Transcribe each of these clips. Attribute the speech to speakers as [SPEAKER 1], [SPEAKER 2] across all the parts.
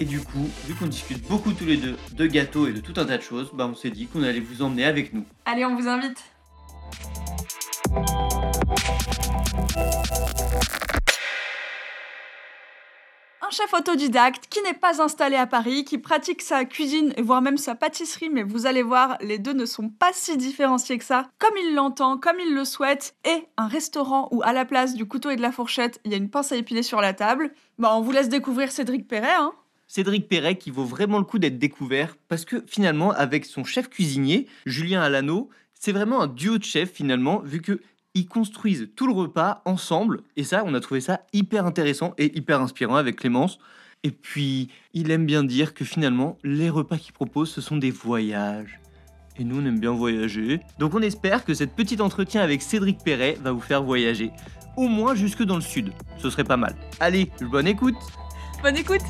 [SPEAKER 1] Et du coup, vu qu'on discute beaucoup tous les deux de gâteaux et de tout un tas de choses, bah on s'est dit qu'on allait vous emmener avec nous.
[SPEAKER 2] Allez, on vous invite. Un chef autodidacte qui n'est pas installé à Paris, qui pratique sa cuisine et voire même sa pâtisserie, mais vous allez voir, les deux ne sont pas si différenciés que ça, comme il l'entend, comme il le souhaite, et un restaurant où à la place du couteau et de la fourchette, il y a une pince à épiler sur la table. Bah, on vous laisse découvrir Cédric Perret, hein.
[SPEAKER 1] Cédric Perret qui vaut vraiment le coup d'être découvert parce que finalement, avec son chef cuisinier, Julien Alano, c'est vraiment un duo de chefs finalement, vu que ils construisent tout le repas ensemble. Et ça, on a trouvé ça hyper intéressant et hyper inspirant avec Clémence. Et puis, il aime bien dire que finalement, les repas qu'il propose, ce sont des voyages. Et nous, on aime bien voyager. Donc, on espère que cette petite entretien avec Cédric Perret va vous faire voyager. Au moins jusque dans le sud. Ce serait pas mal. Allez, bonne écoute
[SPEAKER 2] Bonne écoute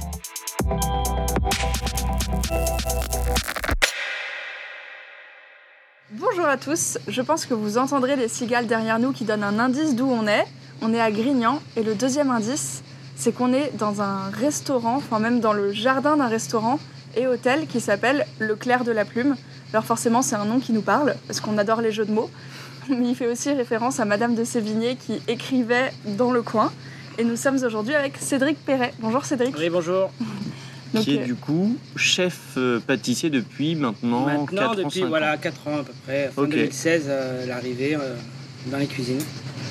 [SPEAKER 2] Bonjour à tous, je pense que vous entendrez les cigales derrière nous qui donnent un indice d'où on est. On est à Grignan et le deuxième indice, c'est qu'on est dans un restaurant, enfin même dans le jardin d'un restaurant et hôtel qui s'appelle Le Clair de la Plume. Alors forcément c'est un nom qui nous parle parce qu'on adore les jeux de mots, mais il fait aussi référence à Madame de Sévigné qui écrivait dans le coin. Et nous sommes aujourd'hui avec Cédric Perret. Bonjour Cédric.
[SPEAKER 3] Oui, bonjour.
[SPEAKER 2] Donc,
[SPEAKER 4] qui
[SPEAKER 2] euh,
[SPEAKER 4] est du coup chef euh, pâtissier depuis maintenant,
[SPEAKER 3] Maintenant,
[SPEAKER 4] 4 ans,
[SPEAKER 3] depuis
[SPEAKER 4] cinq ans.
[SPEAKER 3] voilà, 4 ans à peu près, fin
[SPEAKER 4] Ok.
[SPEAKER 3] 2016, euh, l'arrivée euh, dans les cuisines.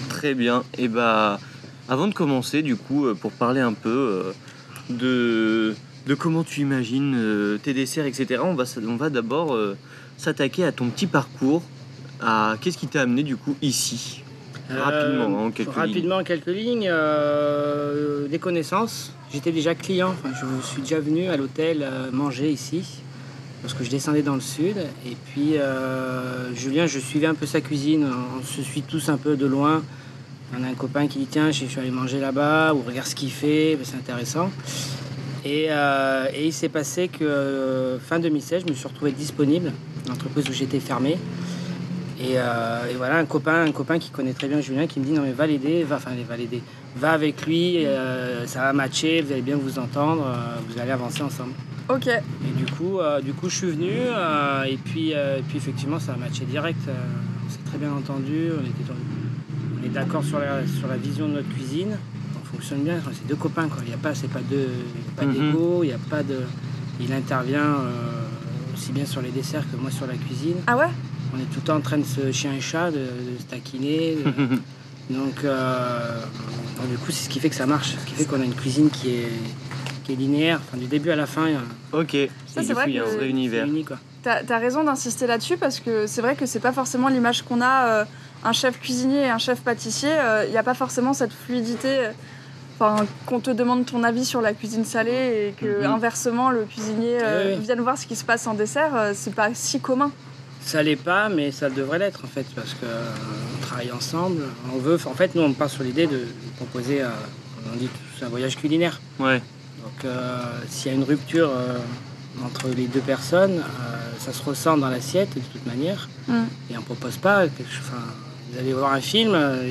[SPEAKER 4] Très bien. Et bah, avant de commencer, du coup, euh, pour parler un peu euh, de, de comment tu imagines euh, tes desserts, etc., on va, s- on va d'abord euh, s'attaquer à ton petit parcours. À qu'est-ce qui t'a amené du coup ici Rapidement, hein, en quelques
[SPEAKER 3] Euh, Rapidement, en quelques lignes. euh, des connaissances. J'étais déjà client, enfin, je suis déjà venu à l'hôtel euh, manger ici, parce que je descendais dans le sud. Et puis, euh, Julien, je suivais un peu sa cuisine. On se suit tous un peu de loin. On a un copain qui dit Tiens, je suis allé manger là-bas, ou regarde ce qu'il fait, ben, c'est intéressant. Et, euh, et il s'est passé que euh, fin 2016, je me suis retrouvé disponible, l'entreprise où j'étais fermé. Et, euh, et voilà, un copain, un copain qui connaît très bien Julien qui me dit non mais va l'aider, va, enfin allez, va l'aider, va avec lui, euh, ça va matcher, vous allez bien vous entendre, euh, vous allez avancer ensemble.
[SPEAKER 2] euh, Ok,
[SPEAKER 3] Et du coup, euh, du coup je suis venu euh, et, puis, euh, et puis effectivement ça a matché direct, euh, on s'est très bien entendu, on, était dans- on est d'accord sur la, sur la vision de notre cuisine, on fonctionne bien, enfin, c'est deux copains quoi, il n'y a pas, c'est pas deux, il y a pas
[SPEAKER 4] Mhm.
[SPEAKER 3] d'ego, il n'y a pas de... Il intervient euh, aussi bien sur les desserts que moi sur la cuisine.
[SPEAKER 2] ah ouais
[SPEAKER 3] On est tout le temps en train de se chien et chat, de, de se taquiner. de-
[SPEAKER 4] minutes.
[SPEAKER 3] donc, euh, donc du coup, c'est ce qui fait que ça marche. Ce qui fait qu'on a une cuisine qui est, qui est linéaire, enfin, du début à la fin. euh,
[SPEAKER 4] ok.
[SPEAKER 2] Ça,
[SPEAKER 4] Et
[SPEAKER 2] c'est
[SPEAKER 4] du
[SPEAKER 2] vrai
[SPEAKER 4] coup, il y a un
[SPEAKER 2] que-
[SPEAKER 4] vrai univers.
[SPEAKER 3] C'est uni, quoi.
[SPEAKER 2] T'as t'as raison d'insister là-dessus parce que c'est vrai que c'est pas forcément l'image qu'on a. euh, un chef cuisinier et un chef pâtissier, il n'y a pas forcément cette fluidité. euh, Enfin, qu'on te demande ton avis sur la cuisine salée et que
[SPEAKER 4] Mhm.
[SPEAKER 2] inversement le cuisinier euh,
[SPEAKER 3] Oui, oui.
[SPEAKER 2] vienne voir ce qui se passe en dessert, euh, c'est pas si commun.
[SPEAKER 3] Ça l'est pas, mais ça devrait l'être en fait, parce que euh, on travaille ensemble. On veut, en fait, nous, on part sur l'idée de proposer, euh, on dit tous, un voyage culinaire.
[SPEAKER 4] Ouais.
[SPEAKER 3] Donc euh, s'il y a une rupture euh, entre les deux personnes, euh, ça se ressent dans l'assiette de toute manière.
[SPEAKER 2] Mm.
[SPEAKER 3] Et on propose pas quelque chose. Enfin, vous allez voir un film, euh,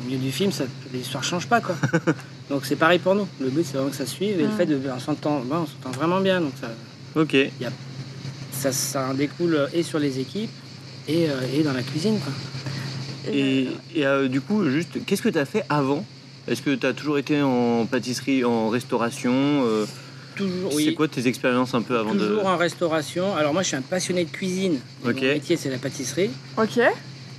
[SPEAKER 3] au milieu du film, ça- l'histoire change pas quoi. Donc c'est pareil pour nous. Le but c'est vraiment que ça suive et le
[SPEAKER 2] Mm.
[SPEAKER 3] fait de ben, on s'entend, ouais, on s'entend vraiment bien. Donc ça,
[SPEAKER 4] Ok.
[SPEAKER 3] ça, ça en découle euh, et sur les équipes et, euh, et dans la cuisine. quoi.
[SPEAKER 4] Et, et, euh, du coup, juste, qu'est-ce que tu as fait avant Est-ce que tu as toujours été en pâtisserie, en restauration euh,
[SPEAKER 3] Toujours.
[SPEAKER 4] C'est quoi tes expériences un peu avant
[SPEAKER 3] Toujours
[SPEAKER 4] de...
[SPEAKER 3] en restauration. Alors moi je suis un passionné de cuisine. Et
[SPEAKER 4] Ok.
[SPEAKER 3] Mon métier c'est la pâtisserie.
[SPEAKER 2] euh, Ok,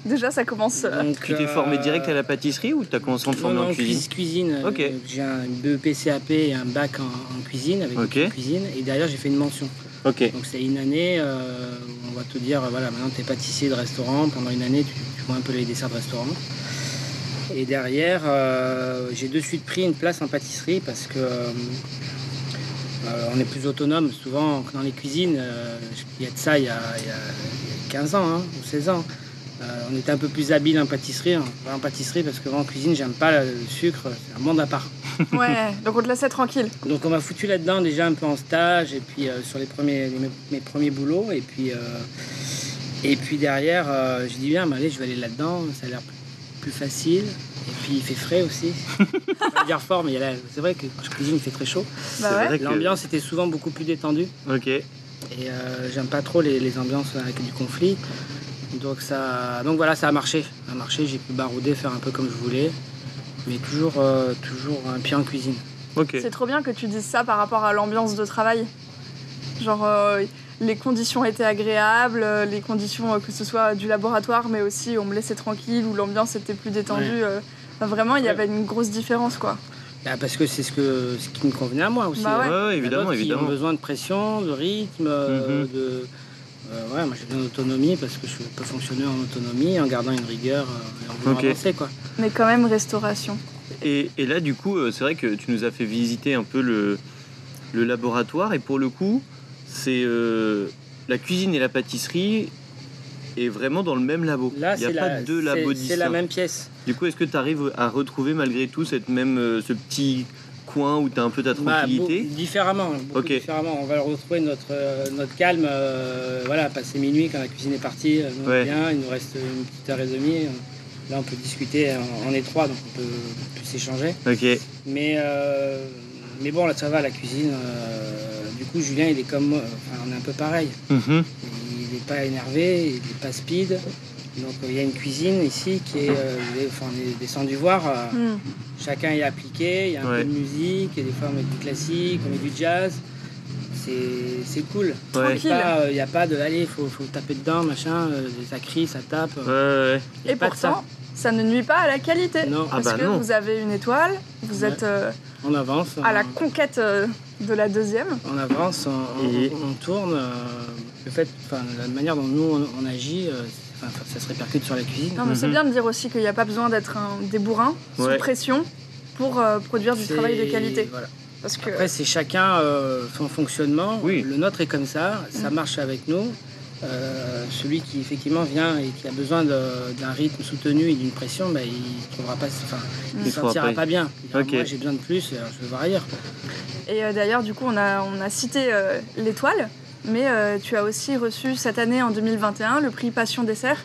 [SPEAKER 2] déjà ça commence. euh,
[SPEAKER 3] Donc,
[SPEAKER 4] Tu t'es formé
[SPEAKER 3] euh,
[SPEAKER 4] direct à la pâtisserie ou tu as commencé à te
[SPEAKER 3] Non,
[SPEAKER 4] former
[SPEAKER 3] non,
[SPEAKER 4] en cuisine
[SPEAKER 3] cuis- cuisine.
[SPEAKER 4] Ok.
[SPEAKER 3] Euh, J'ai un BEP CAP et un bac en, en cuisine avec
[SPEAKER 4] Ok.
[SPEAKER 3] une cuisine. Et derrière, j'ai fait une mention.
[SPEAKER 4] Ok.
[SPEAKER 3] Donc, c'est une année euh, où on va te dire, euh, voilà, maintenant tu es pâtissier de restaurant. Pendant une année, tu, tu vois un peu les desserts de restaurant. Et derrière, euh, j'ai de suite pris une place en pâtisserie parce que euh, Euh, on est plus autonome souvent que dans les cuisines. euh, il y a de ça il y a, il y a- il y a 15 ans hein, ou 16 ans. Euh, on était un peu plus habile en pâtisserie. hein. Pas en pâtisserie parce que moi en cuisine, j'aime pas le sucre, c'est un monde à part.
[SPEAKER 2] Ouais, donc on te laissait tranquille. Bah
[SPEAKER 3] Donc on m'a foutu là-dedans déjà un peu en stage et puis euh, sur les premiers, les- mes, mes premiers boulots et puis euh, et puis derrière euh, je dis bien bah, allez je vais aller là-dedans ça a l'air plus- plus facile et puis il fait frais aussi. Je vais pas dire fort mais il y a la- c'est vrai que quand je cuisine il fait très chaud.
[SPEAKER 2] Bah ouais.
[SPEAKER 4] vrai que-
[SPEAKER 3] L'ambiance était souvent beaucoup plus détendue
[SPEAKER 4] Ok.
[SPEAKER 3] et euh, j'aime pas trop les, les ambiances avec du conflit. Donc ça donc voilà ça a marché ça a marché j'ai pu barouder faire un peu comme je voulais mais toujours euh, toujours un pied en cuisine.
[SPEAKER 4] Ok.
[SPEAKER 2] C'est trop bien que tu dises ça par rapport à l'ambiance de travail. Genre, euh, les conditions étaient agréables, euh, les conditions euh, que ce soit du laboratoire, mais aussi on me laissait tranquille ou l'ambiance était plus détendue.
[SPEAKER 3] Ouais.
[SPEAKER 2] euh, enfin, vraiment, il y
[SPEAKER 3] Ouais.
[SPEAKER 2] avait une grosse différence, quoi.
[SPEAKER 3] Bah, parce que c'est ce, que, ce qui me convenait à moi aussi.
[SPEAKER 2] Bah
[SPEAKER 4] Ouais, ouais,
[SPEAKER 3] Il y en a
[SPEAKER 4] évidemment,
[SPEAKER 3] d'autres qui ont
[SPEAKER 4] évidemment.
[SPEAKER 3] besoin de pression, de rythme, euh,
[SPEAKER 4] Mhm.
[SPEAKER 3] de. euh, ouais, moi j'ai besoin d'autonomie parce que je peux fonctionner en autonomie en gardant une rigueur euh, et en voulant
[SPEAKER 4] Ok.
[SPEAKER 3] avancer quoi.
[SPEAKER 2] Mais quand même, restauration.
[SPEAKER 4] Et, et là, du coup, euh, c'est vrai que tu nous as fait visiter un peu le, le laboratoire. Et pour le coup, c'est euh, la cuisine et la pâtisserie est vraiment dans le même labo.
[SPEAKER 3] Là
[SPEAKER 4] Il n'y a
[SPEAKER 3] c'est
[SPEAKER 4] pas
[SPEAKER 3] la,
[SPEAKER 4] deux
[SPEAKER 3] c'est-
[SPEAKER 4] labos
[SPEAKER 3] c'est la
[SPEAKER 4] distincts.
[SPEAKER 3] même pièce.
[SPEAKER 4] Du coup, est-ce que tu arrives à retrouver malgré tout cette même, euh, ce petit coin où tu as un peu ta
[SPEAKER 3] Bah, beau-
[SPEAKER 4] tranquillité
[SPEAKER 3] différemment, beaucoup
[SPEAKER 4] Ok.
[SPEAKER 3] différemment. On va retrouver notre, euh, notre calme, euh, voilà, passer minuit quand la cuisine est partie, euh, nous, on
[SPEAKER 4] Ouais.
[SPEAKER 3] est bien, il nous reste une petite heure et demie. on- Là on peut discuter en, en étroit, donc on peut on peut s'échanger.
[SPEAKER 4] Ok.
[SPEAKER 3] Mais, euh, mais bon, là, ça va, la cuisine. euh, du coup, Julien, il est comme moi. Enfin, on est un peu pareil.
[SPEAKER 4] Mhm.
[SPEAKER 3] Il n'est pas énervé, il n'est pas speed. Donc, euh, il y a une cuisine ici qui est. euh, il est- enfin, on est descendu voir. euh,
[SPEAKER 2] Hmm.
[SPEAKER 3] chacun est appliqué. Il y a un
[SPEAKER 4] Ouais.
[SPEAKER 3] peu de musique, il y a des fois, on met du classique, on met du jazz. C'est c'est cool.
[SPEAKER 4] Ouais.
[SPEAKER 2] Tranquille.
[SPEAKER 3] Il n'y a, pas, euh, il y a pas de. Allez, il faut, faut taper dedans, machin. euh, ça crie, ça tape.
[SPEAKER 4] Ouais, ouais.
[SPEAKER 3] Il y a
[SPEAKER 2] Et
[SPEAKER 3] pas de
[SPEAKER 2] pourtant, ça. ne nuit pas à la qualité.
[SPEAKER 3] ça. Non,
[SPEAKER 4] Ah
[SPEAKER 2] Parce
[SPEAKER 4] bah
[SPEAKER 2] que
[SPEAKER 4] non.
[SPEAKER 2] vous avez une étoile, vous
[SPEAKER 3] Ouais.
[SPEAKER 2] êtes euh,
[SPEAKER 3] on avance.
[SPEAKER 2] à la
[SPEAKER 3] on-
[SPEAKER 2] conquête euh, de la deuxième.
[SPEAKER 3] On avance, on, on-
[SPEAKER 4] Et-
[SPEAKER 3] on tourne. euh, le fait, enfin, la manière dont nous on, on agit, euh, c'est- enfin, ça se répercute sur la cuisine.
[SPEAKER 2] Non, mais c'est
[SPEAKER 4] Mhm.
[SPEAKER 2] bien de dire aussi qu'il n'y a pas besoin d'être un des bourrins
[SPEAKER 4] Ouais.
[SPEAKER 2] sous pression pour euh, produire du
[SPEAKER 3] C'est-
[SPEAKER 2] travail de qualité.
[SPEAKER 3] voilà.
[SPEAKER 2] Parce que
[SPEAKER 3] Après, c'est chacun euh, son fonctionnement.
[SPEAKER 4] Oui.
[SPEAKER 3] Le nôtre est comme ça, ça
[SPEAKER 2] Mhm.
[SPEAKER 3] marche avec nous. Euh, celui qui effectivement vient et qui a besoin de- d'un rythme soutenu et d'une pression, ben, il trouvera pas, enfin,
[SPEAKER 2] Mhm.
[SPEAKER 3] il
[SPEAKER 4] Il trouvera
[SPEAKER 3] sortira
[SPEAKER 4] pas.
[SPEAKER 3] pas bien. Il dira,
[SPEAKER 4] Ok.
[SPEAKER 3] Moi, j'ai besoin de plus, alors je vais voir ailleurs.
[SPEAKER 2] Et euh, d'ailleurs, du coup, on a, on a cité euh, l'étoile, mais euh, tu as aussi reçu cette année, en 2021, le prix Passion Dessert.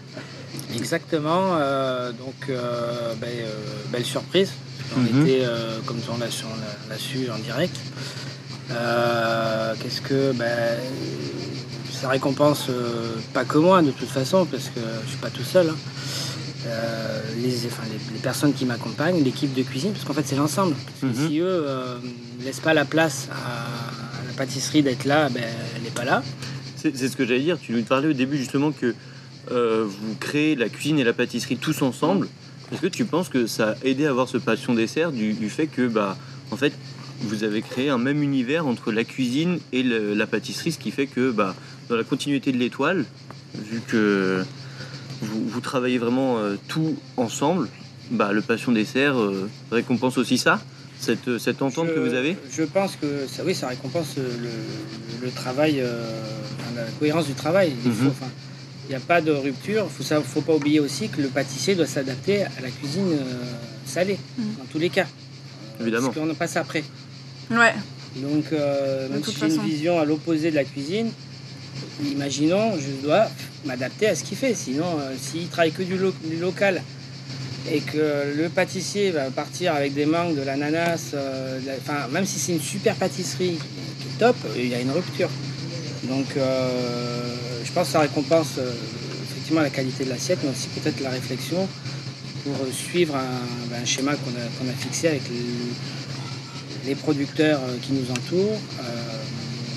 [SPEAKER 3] Exactement. euh, donc, euh, ben, euh, belle surprise. On
[SPEAKER 4] Mhm.
[SPEAKER 3] était, euh, comme on l'a su, on l'a- on l'a su en direct. Euh, Qu'est-ce que. ben, ça récompense euh, pas que moi, de toute façon, parce que je suis pas tout seul. hein. Euh, les, enfin, les- les personnes qui m'accompagnent, l'équipe de cuisine, parce qu'en fait, c'est l'ensemble. Parce que
[SPEAKER 4] Mhm.
[SPEAKER 3] Si eux euh, laissent pas la place à la pâtisserie d'être là, ben, elle n'est pas là.
[SPEAKER 4] C'est c'est ce que j'allais dire. Tu nous parlais au début justement que euh, vous créez la cuisine et la pâtisserie tous ensemble. Est-ce que tu penses que ça a aidé à avoir ce passion dessert du, du fait que, bah, en fait, vous avez créé un même univers entre la cuisine et le- la pâtisserie, ce qui fait que, bah, dans la continuité de l'étoile, vu que vous, vous travaillez vraiment euh, tout ensemble, bah, le passion dessert euh, récompense aussi ça, cette, cette entente
[SPEAKER 3] Je-
[SPEAKER 4] que vous avez
[SPEAKER 3] Je pense que ça, oui, ça récompense euh, le, le travail, euh, enfin, la cohérence du travail. Il
[SPEAKER 4] Mhm.
[SPEAKER 3] faut- enfin, il n'y a pas de rupture. Il ne faut pas oublier aussi que le pâtissier doit s'adapter à la cuisine euh, salée,
[SPEAKER 2] Mhm.
[SPEAKER 3] dans tous les cas. Euh,
[SPEAKER 4] Évidemment.
[SPEAKER 3] Parce qu'on en passe après.
[SPEAKER 2] Ouais,
[SPEAKER 3] Donc, euh, même si
[SPEAKER 2] toute
[SPEAKER 3] j'ai une
[SPEAKER 2] façon.
[SPEAKER 3] vision à l'opposé de la cuisine, imaginons, je dois m'adapter à ce qu'il fait. Sinon, euh, s'il travaille que du, lo- du local et que le pâtissier va partir avec des mangues, de l'ananas, euh, de la- enfin, même si c'est une super pâtisserie qui est top, euh, il y a une rupture. Donc, euh, je pense que ça récompense euh, effectivement la qualité de l'assiette, mais aussi peut-être la réflexion pour euh, suivre un, ben, un schéma qu'on a, qu'on a fixé avec le- les producteurs euh, qui nous entourent. Euh,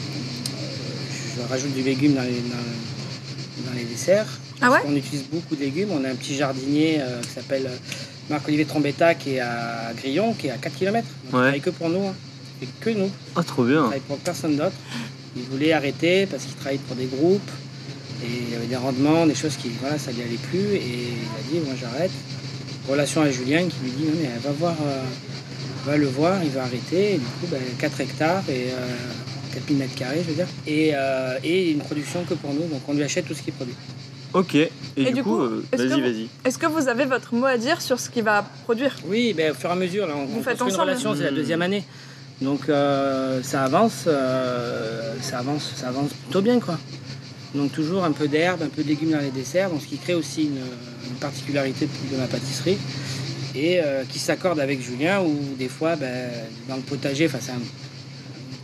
[SPEAKER 3] euh, je rajoute du légume dans les, dans- dans les desserts.
[SPEAKER 2] Ah
[SPEAKER 3] Parce qu'on utilise beaucoup de légumes. On a un petit jardinier euh, qui s'appelle Marc-Olivier Trombetta qui est à Grillon, qui est à 4 km. Donc,
[SPEAKER 4] Ouais.
[SPEAKER 3] Il travaille que pour nous. hein. Et que nous.
[SPEAKER 4] Ah, trop
[SPEAKER 3] Il
[SPEAKER 4] bien
[SPEAKER 3] travaille pour personne d'autre. Il voulait arrêter parce qu'il travaille pour des groupes. Et il y avait des rendements, des choses qui, voilà, ça lui allait plus. Et il a dit, moi j'arrête. Relation avec Julien qui lui dit, non mais va voir, euh, va le voir, il va arrêter. Et du coup, ben, 4 hectares et euh, 4 000 mètres carrés, je veux dire. Et, euh, et une production que pour nous, donc on lui achète tout ce qu'il produit.
[SPEAKER 4] Ok. Et, du,
[SPEAKER 2] du
[SPEAKER 4] coup,
[SPEAKER 2] coup,
[SPEAKER 4] euh,
[SPEAKER 2] est-ce que
[SPEAKER 4] vas-y,
[SPEAKER 2] vous-
[SPEAKER 4] vas-y.
[SPEAKER 2] Est-ce que vous avez votre mot à dire sur ce qu'il va produire
[SPEAKER 3] Oui, ben, au fur et à mesure, là, on,
[SPEAKER 2] Vous
[SPEAKER 3] on
[SPEAKER 2] faites
[SPEAKER 3] construit
[SPEAKER 2] ensemble,
[SPEAKER 3] une relation, c'est la
[SPEAKER 4] Mhm.
[SPEAKER 3] deuxième année. Donc euh, ça avance, euh, ça avance, ça avance plutôt bien quoi. Donc toujours un peu d'herbe, un peu de légumes dans les desserts, donc ce qui crée aussi une, une particularité de ma pâtisserie et euh, qui s'accorde avec Julien où des fois ben, dans le potager, enfin c'est un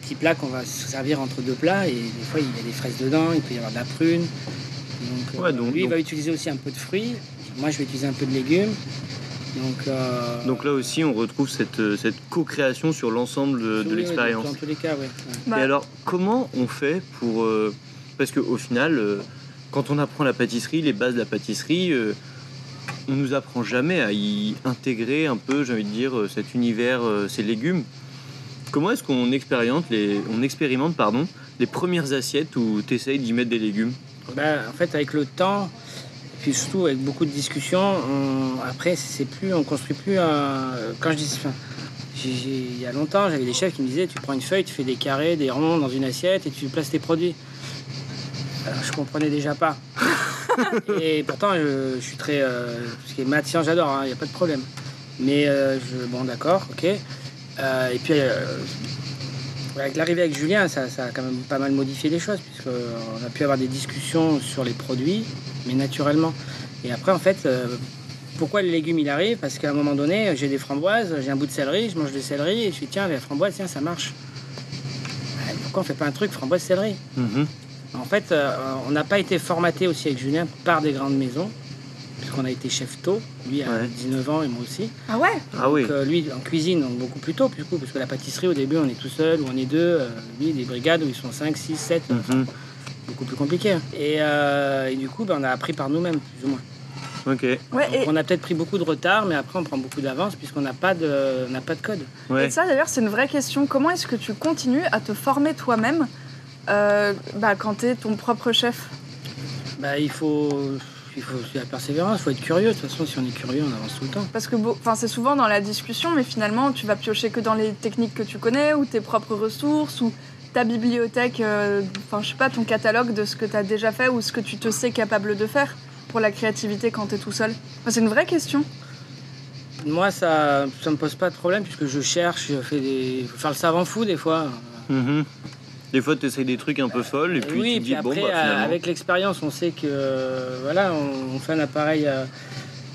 [SPEAKER 3] petit plat qu'on va se servir entre deux plats et des fois il y a des fraises dedans, il peut y avoir de la prune. Donc, euh,
[SPEAKER 4] Ouais, donc-
[SPEAKER 3] lui il
[SPEAKER 4] donc-
[SPEAKER 3] va utiliser aussi un peu de fruits, moi je vais utiliser un peu de légumes. Donc, euh,
[SPEAKER 4] Donc là aussi, on retrouve cette, euh, cette co-création sur l'ensemble de, de
[SPEAKER 3] oui, oui,
[SPEAKER 4] l'expérience.
[SPEAKER 3] Dans tous les cas, oui.
[SPEAKER 2] Bah,
[SPEAKER 4] Et alors, comment on fait pour... euh, parce qu'au final, euh, quand on apprend la pâtisserie, les bases de la pâtisserie, euh, on nous apprend jamais à y intégrer un peu, j'ai envie de dire, euh, cet univers, euh, ces légumes. Comment est-ce qu'on expérimente les, on expérimente pardon, les premières assiettes où tu essayes d'y mettre des légumes
[SPEAKER 3] Ben, en fait, avec le temps, et puis surtout avec beaucoup de discussions, on- après, c'est plus, on construit plus un. Quand je dis, enfin, j'ai- j'ai- il y a longtemps, j'avais des chefs qui me disaient, tu prends une feuille, tu fais des carrés, des ronds dans une assiette et tu places tes produits. Alors, je comprenais déjà pas. et pourtant, je, je suis très, euh, tout ce qui est maths, science, j'adore, il n'y a pas de problème. Mais euh, je, bon, d'accord, ok. Euh, et puis, euh, avec l'arrivée avec Julien, ça, ça a quand même pas mal modifié les choses, puisqu'on a pu avoir des discussions sur les produits, mais naturellement. Et après, en fait, euh, pourquoi les légumes, il arrive Parce qu'à un moment donné, j'ai des framboises, j'ai un bout de céleri, je mange du céleri, et je dis, tiens, la framboise, tiens, ça marche. Euh, Pourquoi on fait pas un truc framboise-céleri Mhm. en fait, euh, on n'a pas été formaté aussi avec Julien par des grandes maisons, puisqu'on a été chef tôt, lui à
[SPEAKER 4] Ouais.
[SPEAKER 3] 19 ans et moi aussi.
[SPEAKER 2] Ah ouais
[SPEAKER 4] Ah oui,
[SPEAKER 3] Donc, euh, lui en cuisine, donc beaucoup plus tôt, du coup, parce que la pâtisserie, au début, on est tout seul, ou on est deux, euh, lui, des brigades où ils sont 5, 6, 7,
[SPEAKER 4] Mhm.
[SPEAKER 3] beaucoup plus compliqué. hein. Et, euh, et du coup, ben, on a appris par nous-mêmes, plus ou moins.
[SPEAKER 4] ok.
[SPEAKER 2] Ouais,
[SPEAKER 3] Donc,
[SPEAKER 2] et,
[SPEAKER 3] on a peut-être pris beaucoup de retard, mais après, on prend beaucoup d'avance, puisqu'on n'a pas, de- on n'a pas de code.
[SPEAKER 4] Ouais.
[SPEAKER 2] et ça d'ailleurs c'est une vraie question. Comment est-ce que tu continues à te former toi-même euh, bah, quand t'es ton propre chef
[SPEAKER 3] Bah, il faut. Il faut c'est la persévérance, il faut être curieux. De toute façon, si on est curieux, on avance tout le temps.
[SPEAKER 2] Parce que bon, enfin, c'est souvent dans la discussion, mais finalement tu vas piocher que dans les techniques que tu connais ou tes propres ressources ou ta bibliothèque, euh, enfin je sais pas, ton catalogue de ce que t'as déjà fait ou ce que tu te sais capable de faire pour la créativité quand t'es tout seul. Enfin, c'est une vraie question.
[SPEAKER 3] Moi, ça ça me pose pas de problème, puisque je cherche, je fais des. faut faire le savant fou des fois.
[SPEAKER 4] Mhm. Des fois, tu essayes des trucs un peu folles et puis
[SPEAKER 3] oui,
[SPEAKER 4] tu te
[SPEAKER 3] et puis
[SPEAKER 4] dis,
[SPEAKER 3] après,
[SPEAKER 4] bon, bah,
[SPEAKER 3] euh,
[SPEAKER 4] finalement.
[SPEAKER 3] avec l'expérience, on sait que euh, voilà, on, on fait un appareil euh,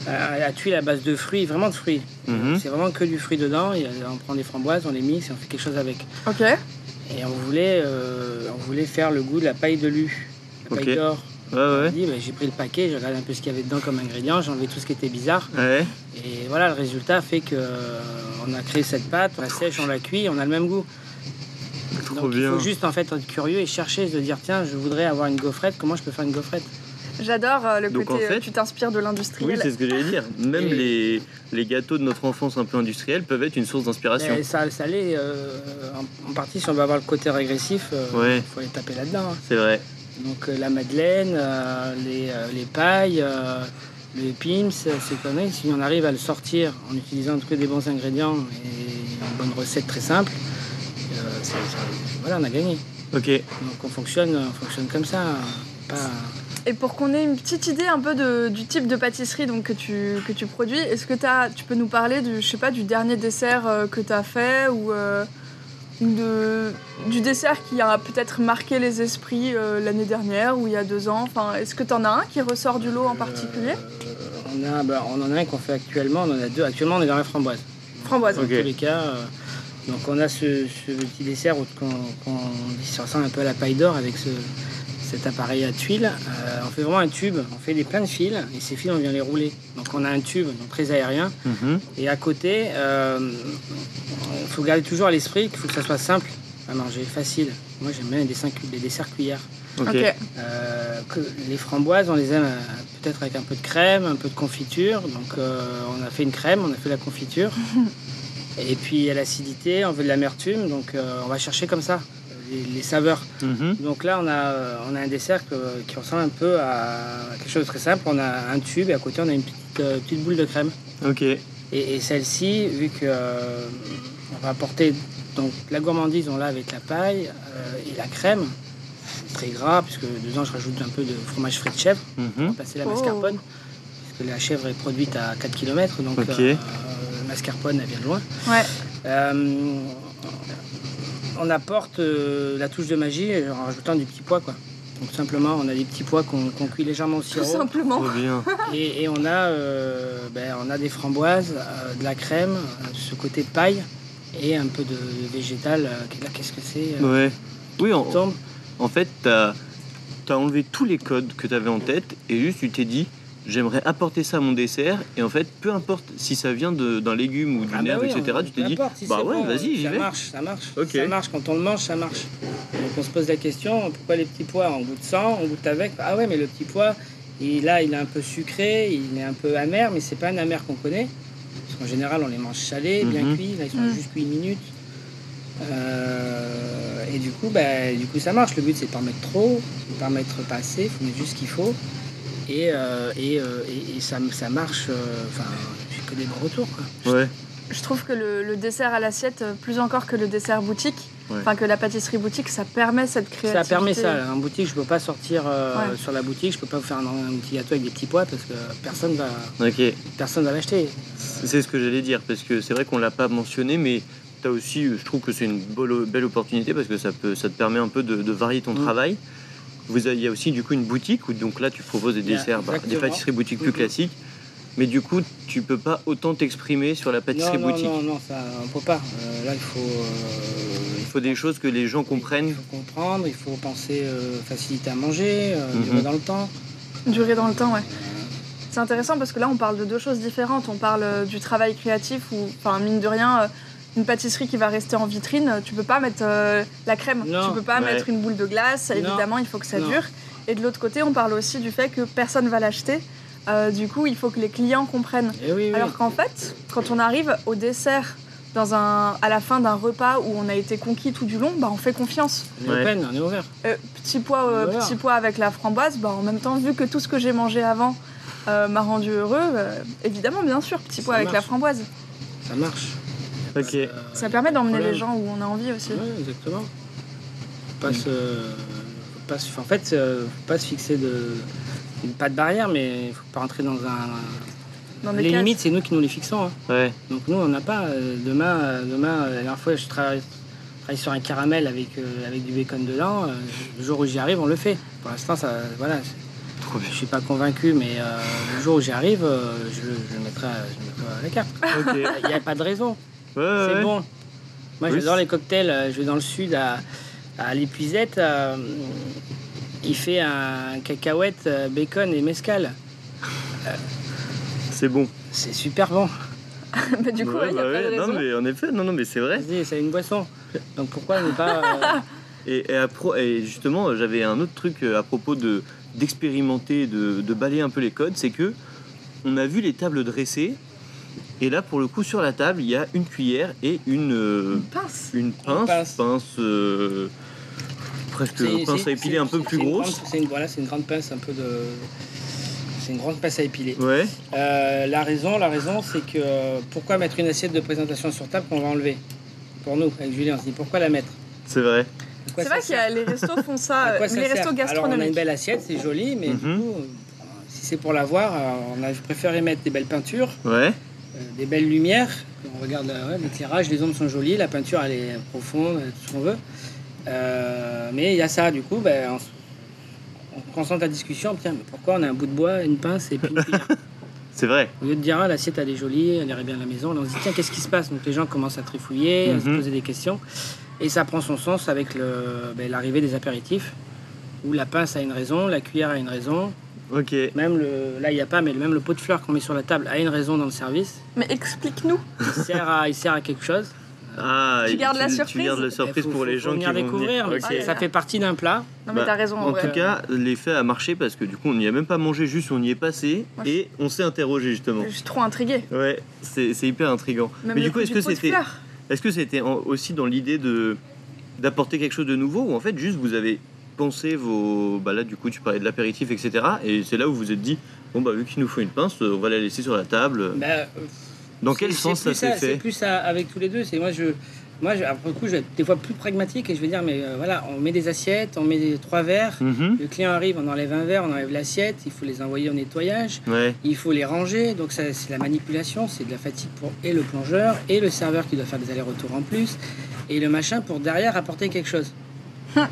[SPEAKER 3] à, à tuile à base de fruits, vraiment de fruits.
[SPEAKER 4] Mhm.
[SPEAKER 3] C'est vraiment que du fruit dedans. Et, euh, on prend des framboises, on les mixe et on fait quelque chose avec.
[SPEAKER 2] Ok.
[SPEAKER 3] Et on voulait, euh, on voulait faire le goût de la paille de lu, la
[SPEAKER 4] Ok. Ah
[SPEAKER 3] paille d'or.
[SPEAKER 4] Ouais,
[SPEAKER 3] On
[SPEAKER 4] ouais.
[SPEAKER 3] dit, bah, j'ai pris le paquet, j'ai regardé un peu ce qu'il y avait dedans comme ingrédient, j'ai enlevé tout ce qui était bizarre.
[SPEAKER 4] Ouais.
[SPEAKER 3] Et voilà, le résultat fait que euh, on a créé cette pâte, on la sèche, on la cuit, on a le même goût.
[SPEAKER 4] Trop
[SPEAKER 3] Donc il
[SPEAKER 4] bien.
[SPEAKER 3] faut juste en fait être curieux et chercher, se dire tiens, je voudrais avoir une gaufrette, comment je peux faire une gaufrette
[SPEAKER 2] J'adore euh, le
[SPEAKER 4] Donc, en
[SPEAKER 2] côté euh,
[SPEAKER 4] fait-
[SPEAKER 2] tu t'inspires de
[SPEAKER 4] Oui,
[SPEAKER 2] l'industriel.
[SPEAKER 4] c'est ce que j'allais dire. Même
[SPEAKER 3] Et-
[SPEAKER 4] les, les gâteaux de notre enfance un peu industrielle peuvent être une source d'inspiration.
[SPEAKER 3] Mais ça, ça l'est euh, en, en partie si on veut avoir le côté régressif, euh,
[SPEAKER 4] Ouais.
[SPEAKER 3] faut aller taper là-dedans. hein.
[SPEAKER 4] C'est vrai.
[SPEAKER 3] Donc euh, la madeleine, euh, les, euh, les pailles, euh, le pims, euh, ces conneries, si on arrive à le sortir en utilisant que des bons ingrédients et une bonne recette très simple, euh, ça- ça- voilà, on a gagné.
[SPEAKER 4] Ok.
[SPEAKER 3] Donc on fonctionne, on fonctionne comme ça. hein. Pas...
[SPEAKER 2] Et pour qu'on ait une petite idée un peu de- du type de pâtisserie donc, que, tu, que tu produis, est-ce que t'as- tu peux nous parler du, je sais pas, du dernier dessert euh, que tu as fait ou euh, ou de, du dessert qui a peut-être marqué les esprits euh, l'année dernière ou il y a deux ans enfin, Est-ce que tu en as un qui ressort du lot en particulier
[SPEAKER 3] Euh, on, a, bah, on en a un qu'on fait actuellement, on en a deux. Actuellement, on est dans la framboise.
[SPEAKER 2] Framboise.
[SPEAKER 3] Dans
[SPEAKER 4] Ok.
[SPEAKER 3] tous les cas. euh, donc on a ce, ce petit dessert où- qu'on qu'on- qui se ressemble un peu à la paille d'or avec ce- cet appareil à tuiles. Euh, on fait vraiment un tube, on fait des pleins de fils et ces fils on vient les rouler. Donc on a un tube donc très aérien
[SPEAKER 4] Mhm.
[SPEAKER 3] et à côté, il faut garder toujours à l'esprit qu'il faut que ça soit simple à manger, facile. Moi j'aime bien les, dessins cu- les desserts cuillères.
[SPEAKER 4] Ok.
[SPEAKER 2] Ok.
[SPEAKER 3] Euh, que les framboises, on les aime euh, peut-être avec un peu de crème, un peu de confiture. Donc euh, on a fait une crème, on a fait la confiture. Et puis à l'acidité, on veut de l'amertume, donc euh, on va chercher comme ça les, les saveurs.
[SPEAKER 4] Mhm.
[SPEAKER 3] Donc là, on a, euh, on a un dessert que- qui ressemble un peu à quelque chose de très simple. On a un tube et à côté, on a une petite, euh, petite boule de crème.
[SPEAKER 4] Ok.
[SPEAKER 3] Et, et celle-ci, vu que euh, on va apporter Donc la gourmandise, on l'a avec la paille euh, et la crème. C'est très gras, puisque dedans, je rajoute un peu de fromage frais de chèvre
[SPEAKER 4] Mhm.
[SPEAKER 3] pour passer la
[SPEAKER 2] Oh.
[SPEAKER 3] mascarpone. Parce que la chèvre est produite à 4 km, donc
[SPEAKER 4] Ok.
[SPEAKER 3] euh, la mascarpone, elle vient de loin.
[SPEAKER 2] Ouais.
[SPEAKER 3] Euh, on apporte euh, la touche de magie en rajoutant du petit pois, quoi. Donc simplement, on a des petits pois qu'on qu'on cuit légèrement au
[SPEAKER 2] Tout
[SPEAKER 3] sirop.
[SPEAKER 2] simplement.
[SPEAKER 4] Trop
[SPEAKER 3] Oh.
[SPEAKER 4] bien.
[SPEAKER 3] Et, et on, a, euh, ben, on a des framboises, euh, de la crème, euh, ce côté paille et un peu de, de végétal. euh, qui- là, Qu'est-ce que c'est euh,
[SPEAKER 4] Ouais. Oui,
[SPEAKER 3] qui
[SPEAKER 4] en,
[SPEAKER 3] tombe
[SPEAKER 4] en fait, t'as as enlevé tous les codes que t'avais en tête et juste tu t'es dit. J'aimerais apporter ça à mon dessert et en fait, peu importe si ça vient de- d'un légume ou d'une
[SPEAKER 3] Ah bah
[SPEAKER 4] herbe,
[SPEAKER 3] oui,
[SPEAKER 4] etc.
[SPEAKER 3] on-
[SPEAKER 4] Tu t'es
[SPEAKER 3] peu
[SPEAKER 4] dit,
[SPEAKER 3] importe, si
[SPEAKER 4] bah
[SPEAKER 3] c'est
[SPEAKER 4] ouais,
[SPEAKER 3] bon,
[SPEAKER 4] vas-y, j'y
[SPEAKER 3] Ça
[SPEAKER 4] vais.
[SPEAKER 3] marche, ça marche.
[SPEAKER 4] Ok.
[SPEAKER 3] Ça marche, quand on le mange, ça marche. Donc on se pose la question, pourquoi les petits pois On goûte sans, on goûte avec. Ah ouais, mais le petit pois, il, là, il est un peu sucré, il est un peu amer, mais c'est pas un amer qu'on connaît. Parce qu'en général, on les mange salés, bien
[SPEAKER 4] Mhm.
[SPEAKER 3] cuits. Là, ils sont
[SPEAKER 2] Mm.
[SPEAKER 3] juste cuits une minute. Euh, et du coup, bah, du coup, ça marche. Le but, c'est de pas en mettre trop, de pas en mettre pas assez, faut mettre juste ce qu'il faut. Et, euh, et, euh, et- et ça, ça marche. euh, Enfin, j'ai que des bons retours, quoi.
[SPEAKER 4] Ouais,
[SPEAKER 2] Je trouve que le, le dessert à l'assiette, euh, plus encore que le dessert boutique,
[SPEAKER 4] Ouais.
[SPEAKER 2] enfin que la pâtisserie boutique, ça permet cette créativité.
[SPEAKER 3] Ça permet ça. En boutique, je peux pas sortir euh,
[SPEAKER 2] Ouais.
[SPEAKER 3] sur la boutique, je peux pas vous faire un, un petit gâteau avec des petits pois parce que personne va,
[SPEAKER 4] ok.
[SPEAKER 3] personne va l'acheter.
[SPEAKER 4] C'est ce que j'allais dire, parce que c'est vrai qu'on l'a pas mentionné, mais tu as aussi, euh, je trouve que c'est une belle, belle opportunité parce que ça, peut, ça te permet un peu de, de varier ton
[SPEAKER 3] Mm.
[SPEAKER 4] travail. Vous avez- Il y a aussi du coup une boutique où donc là tu proposes des
[SPEAKER 3] Il y a-
[SPEAKER 4] desserts, bah, des
[SPEAKER 3] exactement.
[SPEAKER 4] pâtisseries boutiques plus
[SPEAKER 3] Mhm.
[SPEAKER 4] classiques, mais du coup tu peux pas autant t'exprimer sur la pâtisserie
[SPEAKER 3] non, non,
[SPEAKER 4] boutique.
[SPEAKER 3] non, non, ça, on peut pas. Euh, là, il faut, euh,
[SPEAKER 4] Il faut des choses que les gens
[SPEAKER 3] il
[SPEAKER 4] comprennent.
[SPEAKER 3] faut comprendre, il faut penser euh, facilité à manger, euh,
[SPEAKER 4] Mhm.
[SPEAKER 3] durer dans le temps. Euh,
[SPEAKER 2] Durer dans le temps, ouais. C'est intéressant parce que là, on parle de deux choses différentes. On parle euh, du travail créatif ou, enfin, mine de rien, euh, une pâtisserie qui va rester en vitrine, euh, tu peux pas mettre euh, la crème,
[SPEAKER 3] Non,
[SPEAKER 2] tu peux pas
[SPEAKER 4] ouais.
[SPEAKER 2] mettre une boule de glace,
[SPEAKER 3] Non,
[SPEAKER 2] évidemment, il faut que ça
[SPEAKER 3] non.
[SPEAKER 2] dure. Et de l'autre côté, on parle aussi du fait que personne va l'acheter. Euh, du coup, il faut que les clients comprennent.
[SPEAKER 3] Et oui, oui.
[SPEAKER 2] Alors qu'en fait, quand on arrive au dessert, dans un, à la fin d'un repas où on a été conquis tout du long, bah, on fait confiance.
[SPEAKER 3] on est
[SPEAKER 4] Ouais.
[SPEAKER 3] open, on est ouvert.
[SPEAKER 2] Euh, petit pois, euh,
[SPEAKER 3] Voilà.
[SPEAKER 2] petit pois avec la framboise, bah, en même temps, vu que tout ce que j'ai mangé avant euh, m'a rendu heureux, euh, évidemment, bien sûr, petit pois
[SPEAKER 3] Ça
[SPEAKER 2] avec la
[SPEAKER 3] marche.
[SPEAKER 2] framboise.
[SPEAKER 3] Ça marche.
[SPEAKER 4] Ok.
[SPEAKER 3] Euh,
[SPEAKER 2] Ça permet d'emmener les
[SPEAKER 3] problème.
[SPEAKER 2] gens où on a envie aussi.
[SPEAKER 3] Ouais, exactement.
[SPEAKER 4] Mm.
[SPEAKER 3] Faut Pas se- faut pas se- en fait, euh, faut pas se fixer de. Pas de barrière, mais faut pas rentrer dans un,
[SPEAKER 2] Dans des
[SPEAKER 3] Les
[SPEAKER 2] cases.
[SPEAKER 3] limites, c'est nous qui nous les fixons. hein.
[SPEAKER 4] Ouais.
[SPEAKER 3] Donc nous, on n'a pas. euh, demain, euh, demain, euh, la dernière fois, je travaille, travaille sur un caramel avec, euh, avec du bacon dedans. euh, le jour où j'y arrive, on le fait. Pour l'instant, ça, voilà,
[SPEAKER 4] Trop
[SPEAKER 3] je suis pas convaincu, mais euh, le jour où j'y arrive, euh, je, le- je le mettrai, à- je le mettrai à la carte.
[SPEAKER 4] Ok. Ouais,
[SPEAKER 3] Il n'y a pas de raison.
[SPEAKER 4] ouais,
[SPEAKER 3] C'est
[SPEAKER 4] Ah ouais.
[SPEAKER 3] bon. Moi,
[SPEAKER 4] Oui,
[SPEAKER 3] j'adore
[SPEAKER 4] c'est-
[SPEAKER 3] les cocktails. Euh, Je vais dans le sud à, à l'épuisette. euh, il fait un cacahuète, euh, bacon et mescal.
[SPEAKER 4] C'est bon.
[SPEAKER 3] C'est super bon.
[SPEAKER 2] Bah, du coup,
[SPEAKER 4] Ouais,
[SPEAKER 2] il n'y a
[SPEAKER 4] bah
[SPEAKER 2] pas
[SPEAKER 4] ouais.
[SPEAKER 2] de
[SPEAKER 4] Non
[SPEAKER 2] raison.
[SPEAKER 4] mais en effet, non, non mais c'est vrai.
[SPEAKER 3] Vas-y, C'est une boisson. Donc pourquoi ne pas. euh,
[SPEAKER 4] Et, et à pro- et justement, euh, j'avais un autre truc euh, à propos de d'expérimenter, de, de balayer un peu les codes, c'est que on a vu les tables dressées, et là pour le coup sur la table il y a une cuillère et une euh,
[SPEAKER 2] Une pince.
[SPEAKER 4] une pince,
[SPEAKER 3] pince.
[SPEAKER 4] pince, euh, presque
[SPEAKER 3] C'est-
[SPEAKER 4] pince
[SPEAKER 3] c'est-
[SPEAKER 4] à épiler
[SPEAKER 3] c'est-
[SPEAKER 4] un peu
[SPEAKER 3] c'est-
[SPEAKER 4] plus
[SPEAKER 3] c'est une
[SPEAKER 4] grosse.
[SPEAKER 3] grande- C'est une, voilà, c'est une grande pince un peu de. C'est une grande pince à épiler.
[SPEAKER 4] Ouais,
[SPEAKER 3] Euh, la raison, la raison, c'est que euh, pourquoi mettre une assiette de présentation sur table qu'on va enlever Pour nous, avec Julien, on se dit pourquoi la mettre
[SPEAKER 4] c'est vrai.
[SPEAKER 3] À
[SPEAKER 2] C'est
[SPEAKER 3] quoi ça
[SPEAKER 2] vrai que
[SPEAKER 3] sert
[SPEAKER 2] les restos font ça,
[SPEAKER 3] À quoi
[SPEAKER 2] euh,
[SPEAKER 3] ça
[SPEAKER 2] les
[SPEAKER 3] sert
[SPEAKER 2] restos
[SPEAKER 3] Alors, on a une
[SPEAKER 2] gastronomiques.
[SPEAKER 3] belle assiette, c'est joli, mais du
[SPEAKER 4] Mhm.
[SPEAKER 3] coup, euh, si c'est pour la voir, euh, on a préféré mettre des belles peintures,
[SPEAKER 4] Ouais,
[SPEAKER 3] euh, des belles lumières. On regarde euh, ouais, l'éclairage, les ombres sont jolies, la peinture elle est profonde, tout ce qu'on veut. Euh, mais il y a ça, du coup, ben, on, s- on concentre la discussion. Tiens, mais pourquoi on a un bout de bois, une pince et puis une cuillère
[SPEAKER 4] c'est vrai.
[SPEAKER 3] Au lieu de dire, ah, l'assiette elle est jolie, elle irait bien à la maison, là on se dit, tiens, qu'est-ce qui se passe Donc les gens commencent à trifouiller, à se
[SPEAKER 4] Mhm.
[SPEAKER 3] poser des questions. Et ça prend son sens avec le- ben, l'arrivée des apéritifs, où la pince a une raison, la cuillère a une raison,
[SPEAKER 4] Ok.
[SPEAKER 3] même le, là il n'y a pas, mais même le pot de fleurs qu'on met sur la table a une raison dans le service.
[SPEAKER 2] Mais explique-nous.
[SPEAKER 3] Il sert à, il sert à quelque chose.
[SPEAKER 4] Ah,
[SPEAKER 2] Tu gardes la
[SPEAKER 4] Tu
[SPEAKER 2] surprise
[SPEAKER 4] gardes la surprise
[SPEAKER 3] Faut-
[SPEAKER 4] pour
[SPEAKER 3] faut-
[SPEAKER 4] les
[SPEAKER 3] faut
[SPEAKER 4] gens qui
[SPEAKER 3] venir
[SPEAKER 4] vont
[SPEAKER 3] découvrir.
[SPEAKER 4] venir.
[SPEAKER 3] mais
[SPEAKER 4] Ok.
[SPEAKER 2] ouais.
[SPEAKER 3] Ça fait partie d'un plat.
[SPEAKER 2] Non, mais
[SPEAKER 4] Bah,
[SPEAKER 2] t'as raison. En,
[SPEAKER 4] En
[SPEAKER 2] vrai.
[SPEAKER 4] tout cas, l'effet a marché parce que du coup, on n'y a même pas mangé, juste on y est passé
[SPEAKER 2] Moi, je-
[SPEAKER 4] et on s'est interrogé justement.
[SPEAKER 2] Je suis trop intriguée.
[SPEAKER 4] Ouais, c'est c'est hyper intriguant.
[SPEAKER 2] Même
[SPEAKER 4] Mais
[SPEAKER 2] le
[SPEAKER 4] du coup,
[SPEAKER 2] coup
[SPEAKER 4] est-ce que
[SPEAKER 2] pot de
[SPEAKER 4] c'était
[SPEAKER 2] fleurs.
[SPEAKER 4] est-ce que c'était en- aussi dans l'idée de d'apporter quelque chose de nouveau ou en fait juste vous avez pensé vos bah là du coup tu parlais de l'apéritif etc et c'est là où vous vous êtes dit bon bah vu qu'il nous faut une pince on va la laisser sur la table
[SPEAKER 2] Bah,
[SPEAKER 3] Ben,
[SPEAKER 4] dans
[SPEAKER 3] C'est-
[SPEAKER 4] quel
[SPEAKER 3] c'est
[SPEAKER 4] sens ça
[SPEAKER 3] plus
[SPEAKER 4] s'est
[SPEAKER 3] C'est
[SPEAKER 4] fait
[SPEAKER 3] plus ça avec tous les deux. C'est moi je Moi, je- alors, pour le coup, je vais être des fois plus pragmatique et je vais dire, mais euh, voilà, on met des assiettes, on met des- trois verres.
[SPEAKER 4] Mhm.
[SPEAKER 3] Le client arrive, on enlève un verre, on enlève l'assiette, il faut les envoyer au nettoyage,
[SPEAKER 4] Ouais.
[SPEAKER 3] il faut les ranger, donc ça, c'est de la manipulation, c'est de la fatigue pour et le plongeur, et le serveur qui doit faire des allers-retours en plus, et le machin pour derrière apporter quelque chose.
[SPEAKER 2] Hein.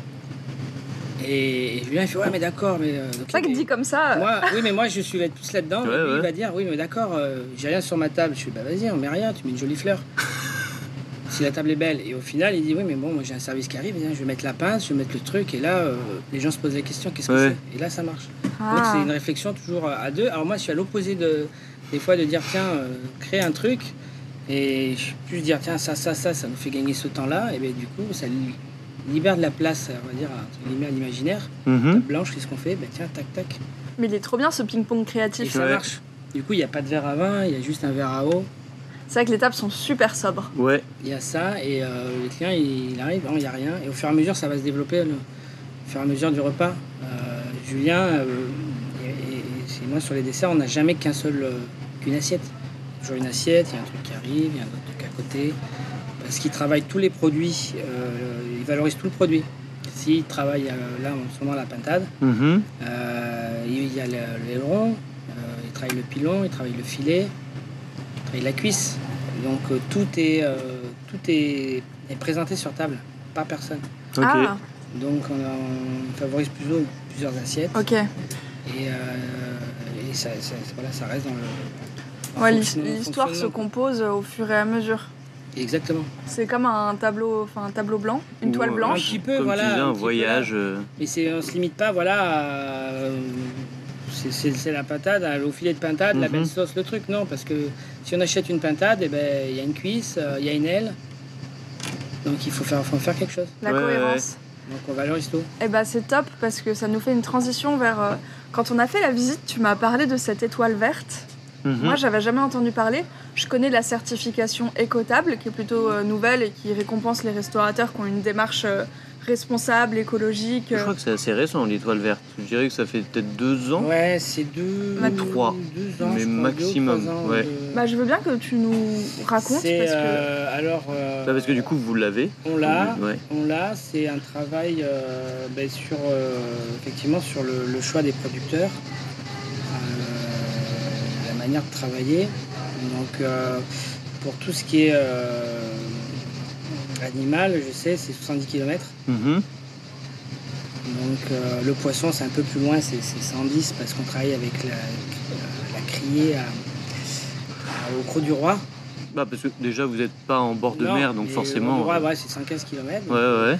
[SPEAKER 3] et, et Julien, il fait, ouais, mais d'accord, mais... euh, donc,
[SPEAKER 2] C'est vrai que
[SPEAKER 3] mais-
[SPEAKER 2] dit comme ça, euh,
[SPEAKER 3] moi, oui, mais moi je suis là- plus là-dedans.
[SPEAKER 4] Ouais,
[SPEAKER 3] et lui,
[SPEAKER 4] ouais.
[SPEAKER 3] Il va dire, oui, mais d'accord, euh, j'ai rien sur ma table. Je suis, bah vas-y, on met rien, tu mets une jolie fleur. si la table est belle. Et au final, il dit, oui, mais bon, moi j'ai un service qui arrive, viens, je vais mettre la pince, je vais mettre le truc. Et là, euh, les gens se posent la question, qu'est-ce que
[SPEAKER 4] Ouais.
[SPEAKER 3] c'est Et là, ça marche. Donc
[SPEAKER 2] ah,
[SPEAKER 3] c'est une réflexion toujours euh, à à deux. Alors moi, je suis à l'opposé de, des fois de dire, tiens, euh, crée un truc. Et je peux plus dire, tiens, ça, ça, ça, ça nous fait gagner ce temps-là. Et bien du coup, ça li- libère de la place, on va dire, à- entre guillemets, à l'imaginaire.
[SPEAKER 4] Mhm.
[SPEAKER 3] Blanche, qu'est-ce qu'on fait Ben tiens, tac, tac.
[SPEAKER 2] mais il est trop bien ce ping-pong
[SPEAKER 3] Et
[SPEAKER 2] créatif.
[SPEAKER 3] ça
[SPEAKER 4] Ouais.
[SPEAKER 3] marche. Du coup, il n'y a pas de verre à vin, il y a juste un verre à eau.
[SPEAKER 2] C'est vrai que les tables sont super sobres.
[SPEAKER 4] Ouais.
[SPEAKER 3] Il y a ça, et euh, le client, il, il arrive, non, il n'y a rien. Et au fur et à mesure, ça va se développer, le- au fur et à mesure du repas. Euh, Julien, euh, et, et- et c'est moi, sur les desserts, on n'a jamais qu'un seul, euh, qu'une assiette. Toujours une assiette, il y a un truc qui arrive, il y a un autre truc à côté. Parce qu'il travaille tous les produits, euh, il valorise tout le produit. S'il travaille euh, là, en ce moment, la pintade, Mm-hmm.
[SPEAKER 4] Mhm.
[SPEAKER 3] Euh, il y a le- l'aileron, euh, il travaille le pilon, il travaille le filet, il travaille la cuisse. Donc euh, tout, est, euh, tout est, est présenté sur table, par personne.
[SPEAKER 4] Ok.
[SPEAKER 2] Ah,
[SPEAKER 3] Donc on, on favorise plutôt plusieurs assiettes.
[SPEAKER 2] ok.
[SPEAKER 3] Et, euh, et ça, ça- voilà, ça reste dans le. en
[SPEAKER 2] Ouais, l'his-
[SPEAKER 3] fonction-
[SPEAKER 2] l'histoire se
[SPEAKER 3] fonctionnement.
[SPEAKER 2] compose euh, au fur et à mesure.
[SPEAKER 3] Exactement.
[SPEAKER 2] C'est comme un tableau, enfin un tableau blanc, une
[SPEAKER 4] Ou,
[SPEAKER 2] toile
[SPEAKER 4] euh,
[SPEAKER 3] Un
[SPEAKER 2] blanche.
[SPEAKER 3] petit peu,
[SPEAKER 4] Comme
[SPEAKER 3] voilà.
[SPEAKER 4] tu disais,
[SPEAKER 3] un
[SPEAKER 4] un
[SPEAKER 3] petit peu,
[SPEAKER 4] voyage. euh,
[SPEAKER 3] Mais c'est- on se limite pas, voilà, à, euh, c'est- c'est c'est la pintade, hein, au filet de pintade, la
[SPEAKER 4] Mhm.
[SPEAKER 3] belle sauce, le truc, non, parce que si on achète une pintade, eh ben, il y a une cuisse, euh, il y a une aile, donc il faut faire, faut faire quelque chose.
[SPEAKER 2] La
[SPEAKER 4] Ouais, ouais,
[SPEAKER 2] cohérence.
[SPEAKER 3] Donc on valorise tout.
[SPEAKER 2] Et bah c'est top parce que ça nous fait une transition vers. euh, Quand on a fait la visite, tu m'as parlé de cette étoile verte.
[SPEAKER 3] Mm-hmm.
[SPEAKER 4] mhm.
[SPEAKER 2] Moi, j'avais jamais entendu parler. Je connais la certification Écotable, qui est plutôt euh, nouvelle et qui récompense les restaurateurs qui ont une démarche euh, responsable, écologique.
[SPEAKER 4] Je crois que c'est assez récent l'étoile verte. Je dirais que ça fait peut-être deux ans.
[SPEAKER 3] Ouais, c'est deux,
[SPEAKER 2] Ouais,
[SPEAKER 4] trois.
[SPEAKER 3] deux ans,
[SPEAKER 4] Mais
[SPEAKER 3] je crois,
[SPEAKER 4] maximum,
[SPEAKER 3] deux ou trois ans
[SPEAKER 4] ouais.
[SPEAKER 3] de-
[SPEAKER 2] Bah, je veux bien que tu nous racontes parce
[SPEAKER 3] C'est,
[SPEAKER 2] que
[SPEAKER 3] euh, alors, euh,
[SPEAKER 4] Là, Bah, parce que du coup vous l'avez.
[SPEAKER 3] on l'a,
[SPEAKER 4] Ouais.
[SPEAKER 3] On l'a, c'est un travail euh, ben, sur, euh, effectivement, sur le, le choix des producteurs, euh, la manière de travailler. Donc, euh, pour tout ce qui est euh, animal, je sais, c'est 70 km.
[SPEAKER 4] Mhm.
[SPEAKER 3] Donc, euh, le poisson, c'est un peu plus loin, c'est c'est 110 parce qu'on travaille avec la, la- la criée à- à- au Croc du Roi.
[SPEAKER 4] Bah parce que déjà vous n'êtes pas en bord de
[SPEAKER 3] Non,
[SPEAKER 4] mer donc
[SPEAKER 3] mais
[SPEAKER 4] forcément. euh,
[SPEAKER 3] au Croc du Roi, ouais, c'est 115 km.
[SPEAKER 4] Ouais ouais.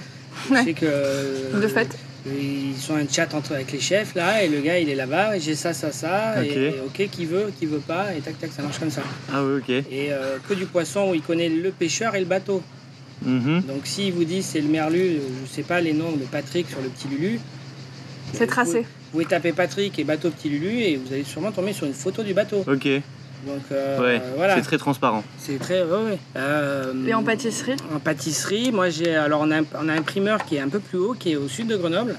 [SPEAKER 3] Je sais que.
[SPEAKER 2] de fait,
[SPEAKER 3] Ils sont un chat entre avec les chefs là et le gars il est là-bas et j'ai ça ça ça
[SPEAKER 4] Ok.
[SPEAKER 3] et, et ok qui veut qui veut pas et tac tac ça marche comme ça
[SPEAKER 4] Ah oui ok.
[SPEAKER 3] et euh, que du poisson où il connaît le pêcheur et le bateau
[SPEAKER 4] Mhm.
[SPEAKER 3] donc s'il vous dit c'est le merlu je sais pas les noms de Patrick sur le petit Lulu euh,
[SPEAKER 2] c'est tracé.
[SPEAKER 3] vous, pouvez taper Patrick et bateau petit Lulu et vous allez sûrement tomber sur une photo du bateau
[SPEAKER 4] Ok. Ouais.
[SPEAKER 3] donc euh, voilà
[SPEAKER 4] C'est très transparent.
[SPEAKER 3] c'est très ouais, ouais. Euh,
[SPEAKER 2] Et en pâtisserie,
[SPEAKER 3] en pâtisserie, moi j'ai alors on a, un, on a un primeur qui est un peu plus haut, qui est au sud de Grenoble,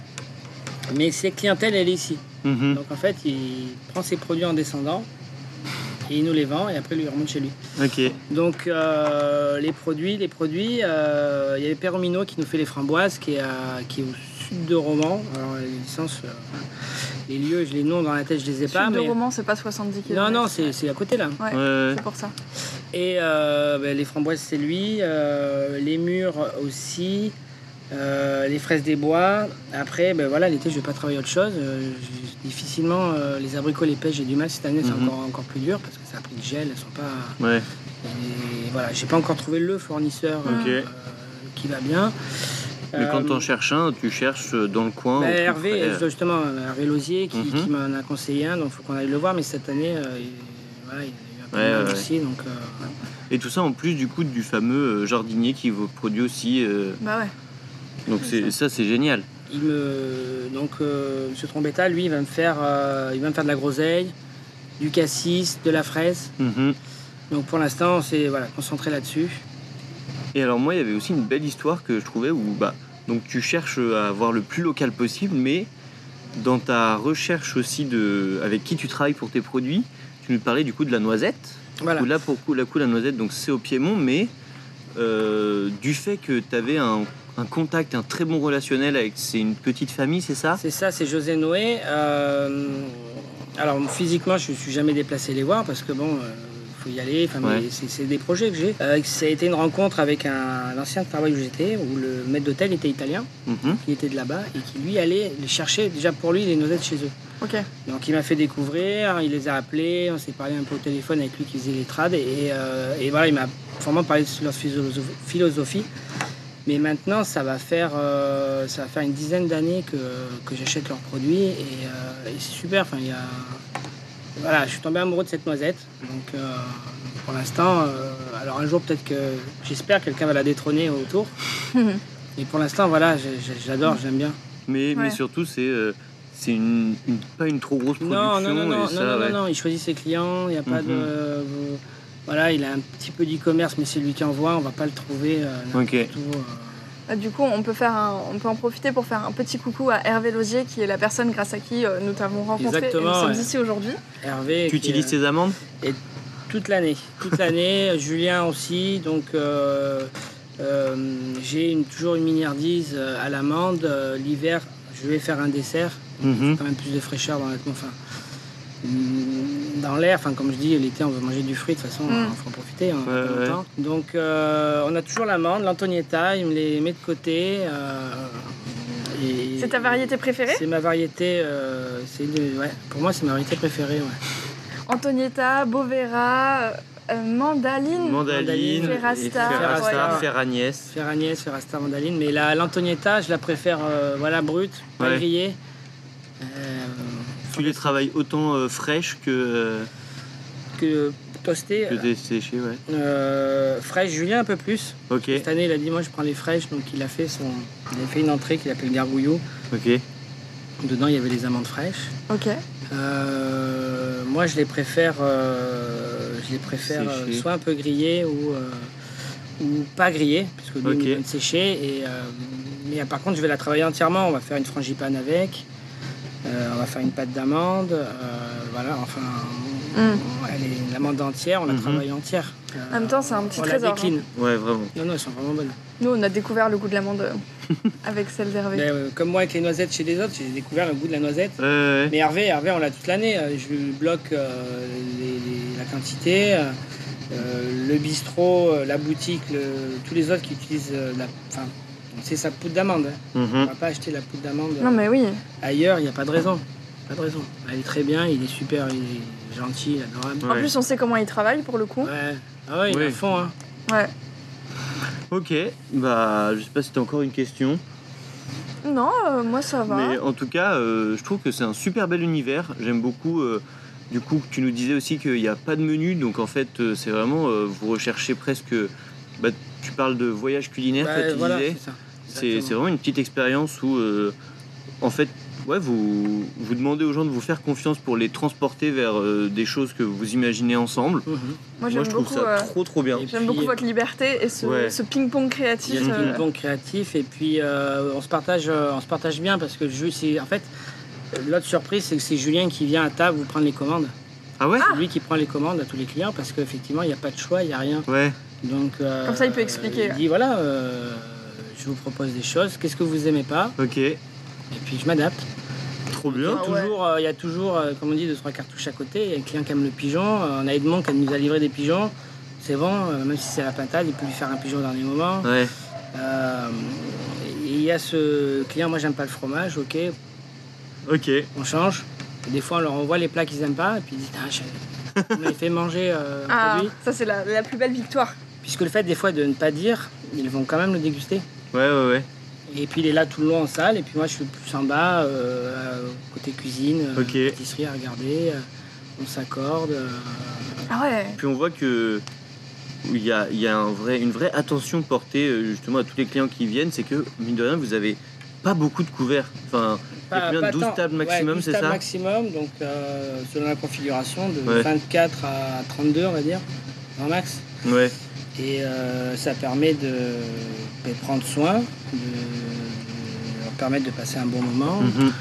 [SPEAKER 3] mais ses clientèle elle est ici.
[SPEAKER 4] Mhm.
[SPEAKER 3] Donc en fait, il prend ses produits en descendant et il nous les vend et après il les remonte chez lui.
[SPEAKER 4] Ok.
[SPEAKER 3] Donc euh, les produits, les produits, euh, il y avait Peromino qui nous fait les framboises, qui est, à- qui est au sud de Romans. Alors les licences, euh, les lieux, je les noms dans la tête, je les ai
[SPEAKER 2] sud
[SPEAKER 3] pas.
[SPEAKER 2] de
[SPEAKER 3] mais-
[SPEAKER 2] roman, c'est pas 70 km.
[SPEAKER 3] Non, non, c'est c'est à côté là.
[SPEAKER 2] Ouais,
[SPEAKER 4] Ouais, ouais.
[SPEAKER 2] c'est pour ça.
[SPEAKER 3] Et euh, ben, les framboises, c'est lui. euh, les mûres aussi. euh, les fraises des bois. Après, ben voilà, l'été, je vais pas travailler autre chose. Euh, j'ai- difficilement, euh, les abricots, les pêches, j'ai du mal cette année. C'est
[SPEAKER 4] Mhm.
[SPEAKER 3] encore, encore plus dur parce que ça a pris du gel. Elles sont pas.
[SPEAKER 4] Ouais.
[SPEAKER 3] Et voilà, j'ai pas encore trouvé le fournisseur
[SPEAKER 4] Ok.
[SPEAKER 3] euh, qui va bien.
[SPEAKER 4] Mais quand
[SPEAKER 3] Euh,
[SPEAKER 4] t'en cherches un, tu cherches euh, dans le coin.
[SPEAKER 3] bah,
[SPEAKER 4] au plus
[SPEAKER 3] Hervé,
[SPEAKER 4] près. euh.
[SPEAKER 3] justement, euh, Hervé Lozier qui,
[SPEAKER 4] Mhm.
[SPEAKER 3] qui m'en a conseillé un, donc faut qu'on aille le voir. Mais cette année, euh, il, voilà, il y a eu un peu
[SPEAKER 4] Ouais,
[SPEAKER 3] de mal
[SPEAKER 4] ouais, ouais.
[SPEAKER 3] aussi, donc euh,
[SPEAKER 4] Et tout ça en plus du coup du fameux euh, jardinier qui vous produit aussi. euh,
[SPEAKER 2] Bah ouais.
[SPEAKER 4] Donc c'est ça c'est génial.
[SPEAKER 3] il me donc euh, Monsieur Trombetta, lui, il va me faire, euh, il va me faire de la groseille, du cassis, de la fraise.
[SPEAKER 4] Mhm.
[SPEAKER 3] Donc pour l'instant, on s'est voilà concentré là-dessus.
[SPEAKER 4] Et alors moi il y avait aussi une belle histoire que je trouvais où bah donc tu cherches à avoir le plus local possible, mais dans ta recherche aussi de avec qui tu travailles pour tes produits, tu nous parlais du coup de la noisette.
[SPEAKER 3] Voilà.
[SPEAKER 4] Où là pour coup, la coup la noisette donc c'est au Piémont, mais euh, du fait que tu avais un, un contact, un très bon relationnel avec. C'est une petite famille, c'est ça
[SPEAKER 3] C'est ça, c'est José Noé. Euh, alors physiquement, je ne suis jamais déplacé les voir parce que bon, euh, faut y aller. Enfin, mais
[SPEAKER 4] Ouais.
[SPEAKER 3] c'est- c'est des projets que j'ai. Euh, ça a été une rencontre avec un, l'ancien travail où j'étais, où le maître d'hôtel était italien,
[SPEAKER 4] Mhm.
[SPEAKER 3] qui était de là-bas et qui lui allait les chercher déjà pour lui les noisettes chez eux.
[SPEAKER 2] Ok.
[SPEAKER 3] Donc il m'a fait découvrir, il les a appelés, on s'est parlé un peu au téléphone avec lui qui faisait les trades et, euh, et voilà, il m'a vraiment parlé de leur philosoph- philosophie. Mais maintenant, ça va faire, euh, ça va faire une dizaine d'années que, que j'achète leurs produits et, euh, et c'est super. Enfin, il y a... voilà, je suis tombé amoureux de cette noisette. Donc euh, pour l'instant, euh, alors un jour peut-être que j'espère que quelqu'un va la détrôner autour. Mais pour l'instant, voilà, j'ai- j'ai- j'adore, j'aime bien.
[SPEAKER 4] Mais,
[SPEAKER 2] Ouais.
[SPEAKER 4] mais surtout, c'est. euh, c'est une, une- pas une trop grosse production
[SPEAKER 3] Non, non, non, non,
[SPEAKER 4] et ça,
[SPEAKER 3] non, non,
[SPEAKER 4] ouais.
[SPEAKER 3] non, non, il choisit ses clients, il n'y a pas
[SPEAKER 4] Mhm.
[SPEAKER 3] de. vous- Voilà, il a un petit peu d'e-commerce, mais c'est lui qui envoie, on va pas le trouver euh, n'importe
[SPEAKER 4] Ok.
[SPEAKER 3] où, euh.
[SPEAKER 2] Ah, Du coup, on peut, faire un- on peut en profiter pour faire un petit coucou à Hervé Lozier, qui est la personne grâce à qui euh, nous t'avons rencontré et nous
[SPEAKER 3] Exactement,
[SPEAKER 2] sommes
[SPEAKER 3] ouais.
[SPEAKER 2] ici aujourd'hui.
[SPEAKER 3] Hervé.
[SPEAKER 4] Tu
[SPEAKER 3] qui,
[SPEAKER 4] utilises
[SPEAKER 3] euh,
[SPEAKER 4] tes amendes
[SPEAKER 3] Toute l'année, toute l'année, euh, Julien aussi, donc. euh, euh, j'ai une- toujours une miniardise euh, à l'amande. euh, L'hiver, je vais faire un dessert.
[SPEAKER 4] Mhm.
[SPEAKER 3] quand même plus de fraîcheur dans l'atmosphère. Dans l'air, enfin comme je dis, l'été on veut manger du fruit de toute façon,
[SPEAKER 2] Mm.
[SPEAKER 3] il faut en profiter. hein,
[SPEAKER 4] Ouais,
[SPEAKER 3] pas
[SPEAKER 4] ouais.
[SPEAKER 3] longtemps. Donc euh, on a toujours l'amande, l'antonietta, il me les met de côté. euh, et-
[SPEAKER 2] C'est ta variété préférée
[SPEAKER 3] C'est ma variété, euh, c'est une- ouais, pour moi c'est ma variété préférée. ouais.
[SPEAKER 2] Antonietta, Bovera, euh, Mandaline.
[SPEAKER 4] Mandaline,
[SPEAKER 2] Ferrasta,
[SPEAKER 4] et Ferrasta,
[SPEAKER 2] ouais.
[SPEAKER 4] Ferragnès.
[SPEAKER 3] Faire Agnès, faire Asta Mandaline, mais la- l'antonietta je la préfère euh, voilà, brute, pas
[SPEAKER 4] Ouais.
[SPEAKER 3] grillée. Euh,
[SPEAKER 4] Tu les travailles autant euh, fraîches que, euh,
[SPEAKER 3] que toastée,
[SPEAKER 4] que des séchées, ouais.
[SPEAKER 3] euh, fraîche, Julien un peu plus.
[SPEAKER 4] Ok,
[SPEAKER 3] Cette année, il a dit Moi, je prends les fraîches. Donc, il a fait, son... il a fait une entrée qu'il appelle gargouillou.
[SPEAKER 4] ok.
[SPEAKER 3] Dedans, il y avait les amandes fraîches.
[SPEAKER 2] Ok.
[SPEAKER 3] Euh, moi, je les préfère, euh, je les préfère euh,
[SPEAKER 4] Séchées.
[SPEAKER 3] soit un peu grillées ou, euh, ou pas grillées, parce que nous,
[SPEAKER 4] Ok.
[SPEAKER 3] nous, on donne séchées. Et, euh, mais euh, par contre, je vais la travailler entièrement. On va faire une frangipane avec. euh, on va faire une pâte d'amande. euh, voilà, enfin,
[SPEAKER 2] Mm.
[SPEAKER 3] elle est- l'amande entière, on la
[SPEAKER 4] Mhm.
[SPEAKER 3] travaille entière. Euh,
[SPEAKER 2] En même temps, c'est un petit
[SPEAKER 3] on
[SPEAKER 2] trésor, hein.
[SPEAKER 3] la décline.
[SPEAKER 4] Ouais, vraiment.
[SPEAKER 3] Non, non, elles sont vraiment bonnes.
[SPEAKER 2] Nous, on a découvert le goût de l'amande euh, avec celle d'Hervé.
[SPEAKER 3] Mais, euh, comme moi avec les noisettes chez les autres, j'ai découvert le goût de la noisette.
[SPEAKER 4] Ouais, ouais, ouais.
[SPEAKER 3] Mais Hervé, Hervé, on l'a toute l'année. Euh, Je lui bloque euh, les- les- la quantité, euh, euh, le bistrot, euh, la boutique, le- tous les autres qui utilisent euh, la. Enfin, c'est sa poudre d'amande. hein. On
[SPEAKER 4] Mhm.
[SPEAKER 3] va pas acheter la poudre d'amande euh,
[SPEAKER 2] Non, mais oui.
[SPEAKER 3] ailleurs. Il n'y a pas de raison. Pas de raison. Elle est très bien. Il est super. Il est gentil, adorable.
[SPEAKER 2] En
[SPEAKER 4] Ouais.
[SPEAKER 2] plus, on sait comment il travaille pour le coup.
[SPEAKER 3] Ouais. Ah ouais, il est
[SPEAKER 4] Oui.
[SPEAKER 3] à fond. Hein.
[SPEAKER 2] Ouais.
[SPEAKER 4] Ok, bah, je sais pas si t'as encore une question.
[SPEAKER 2] Non, euh, moi, ça va.
[SPEAKER 4] Mais en tout cas, euh, je trouve que c'est un super bel univers. J'aime beaucoup. euh, du coup, tu nous disais aussi qu'il n'y a pas de menu, donc en fait, euh, c'est vraiment euh, vous recherchez presque. Bah, tu parles de voyage culinaire,
[SPEAKER 3] Bah,
[SPEAKER 4] toi, tu
[SPEAKER 3] voilà,
[SPEAKER 4] disais.
[SPEAKER 3] c'est ça.
[SPEAKER 4] C'est
[SPEAKER 3] Exactement.
[SPEAKER 4] c'est vraiment une petite expérience où, euh, en fait, ouais, vous, vous demandez aux gens de vous faire confiance pour les transporter vers euh, des choses que vous imaginez ensemble.
[SPEAKER 3] Mhm.
[SPEAKER 2] Moi,
[SPEAKER 4] Moi,
[SPEAKER 2] j'aime
[SPEAKER 4] je trouve
[SPEAKER 2] beaucoup,
[SPEAKER 4] ça
[SPEAKER 2] euh,
[SPEAKER 4] trop, trop bien.
[SPEAKER 3] Et
[SPEAKER 2] j'aime
[SPEAKER 3] puis-
[SPEAKER 2] beaucoup votre liberté et ce,
[SPEAKER 4] Ouais.
[SPEAKER 2] ce ping-pong
[SPEAKER 3] Il y
[SPEAKER 2] créatif.
[SPEAKER 3] a
[SPEAKER 2] euh,
[SPEAKER 3] du bon créatif et puis euh, on se partage, euh, on se partage bien parce que je, c'est en fait l'autre surprise c'est que c'est Julien qui vient à table vous prendre les commandes.
[SPEAKER 4] Ah ouais
[SPEAKER 3] C'est lui qui prend les commandes à tous les clients parce qu'effectivement il n'y a pas de choix, il n'y a rien.
[SPEAKER 4] Ouais.
[SPEAKER 3] Donc euh,
[SPEAKER 2] Comme ça, il peut expliquer,
[SPEAKER 3] Il dit voilà, euh, je vous propose des choses. Qu'est-ce que vous aimez pas
[SPEAKER 4] Ok.
[SPEAKER 3] Et puis je m'adapte.
[SPEAKER 4] Trop
[SPEAKER 3] Il y a
[SPEAKER 4] bien.
[SPEAKER 2] Ah ouais.
[SPEAKER 3] toujours, euh, il y a toujours, euh, comme on dit, deux trois cartouches à côté. Il y a un client qui aime le pigeon. euh, on a Edmond qui nous a livré des pigeons. C'est bon, euh, même si c'est à la pintade, il peut lui faire un pigeon au dernier moment.
[SPEAKER 4] Ouais.
[SPEAKER 3] Euh, Il y a ce client, moi j'aime pas le fromage, ok,
[SPEAKER 4] Ok.
[SPEAKER 3] on change. Et des fois on leur envoie les plats qu'ils aiment pas et puis ils disent ah, je- on m'avait fait manger euh, un
[SPEAKER 2] Ah,
[SPEAKER 3] produit.
[SPEAKER 2] ça, c'est la, la plus belle victoire.
[SPEAKER 3] Puisque le fait des fois de ne pas dire, ils vont quand même le déguster.
[SPEAKER 4] Ouais, ouais, ouais.
[SPEAKER 3] Et puis il est là tout le long en salle et puis moi je suis plus en bas, euh, euh, côté cuisine, euh,
[SPEAKER 4] Ok.
[SPEAKER 3] pâtisserie à regarder, euh, on s'accorde. euh,
[SPEAKER 2] Ah ouais.
[SPEAKER 4] Puis on voit que il y a, il y a un vrai, une vraie attention portée euh, justement à tous les clients qui viennent, c'est que mine de rien vous avez pas beaucoup de couverts. Enfin,
[SPEAKER 3] Pas-
[SPEAKER 4] combien,
[SPEAKER 3] pas
[SPEAKER 4] 12
[SPEAKER 3] tant.
[SPEAKER 4] tables
[SPEAKER 3] Ouais,
[SPEAKER 4] maximum,
[SPEAKER 3] 12
[SPEAKER 4] c'est
[SPEAKER 3] tables
[SPEAKER 4] ça
[SPEAKER 3] maximum, donc euh, selon la configuration, de
[SPEAKER 4] Ouais.
[SPEAKER 3] 24 à 32 on va dire, en max.
[SPEAKER 4] ouais,
[SPEAKER 3] Et euh, ça permet de,
[SPEAKER 2] Ah,
[SPEAKER 3] de prendre soin, de, de leur permettre de passer un bon moment.
[SPEAKER 4] mhm,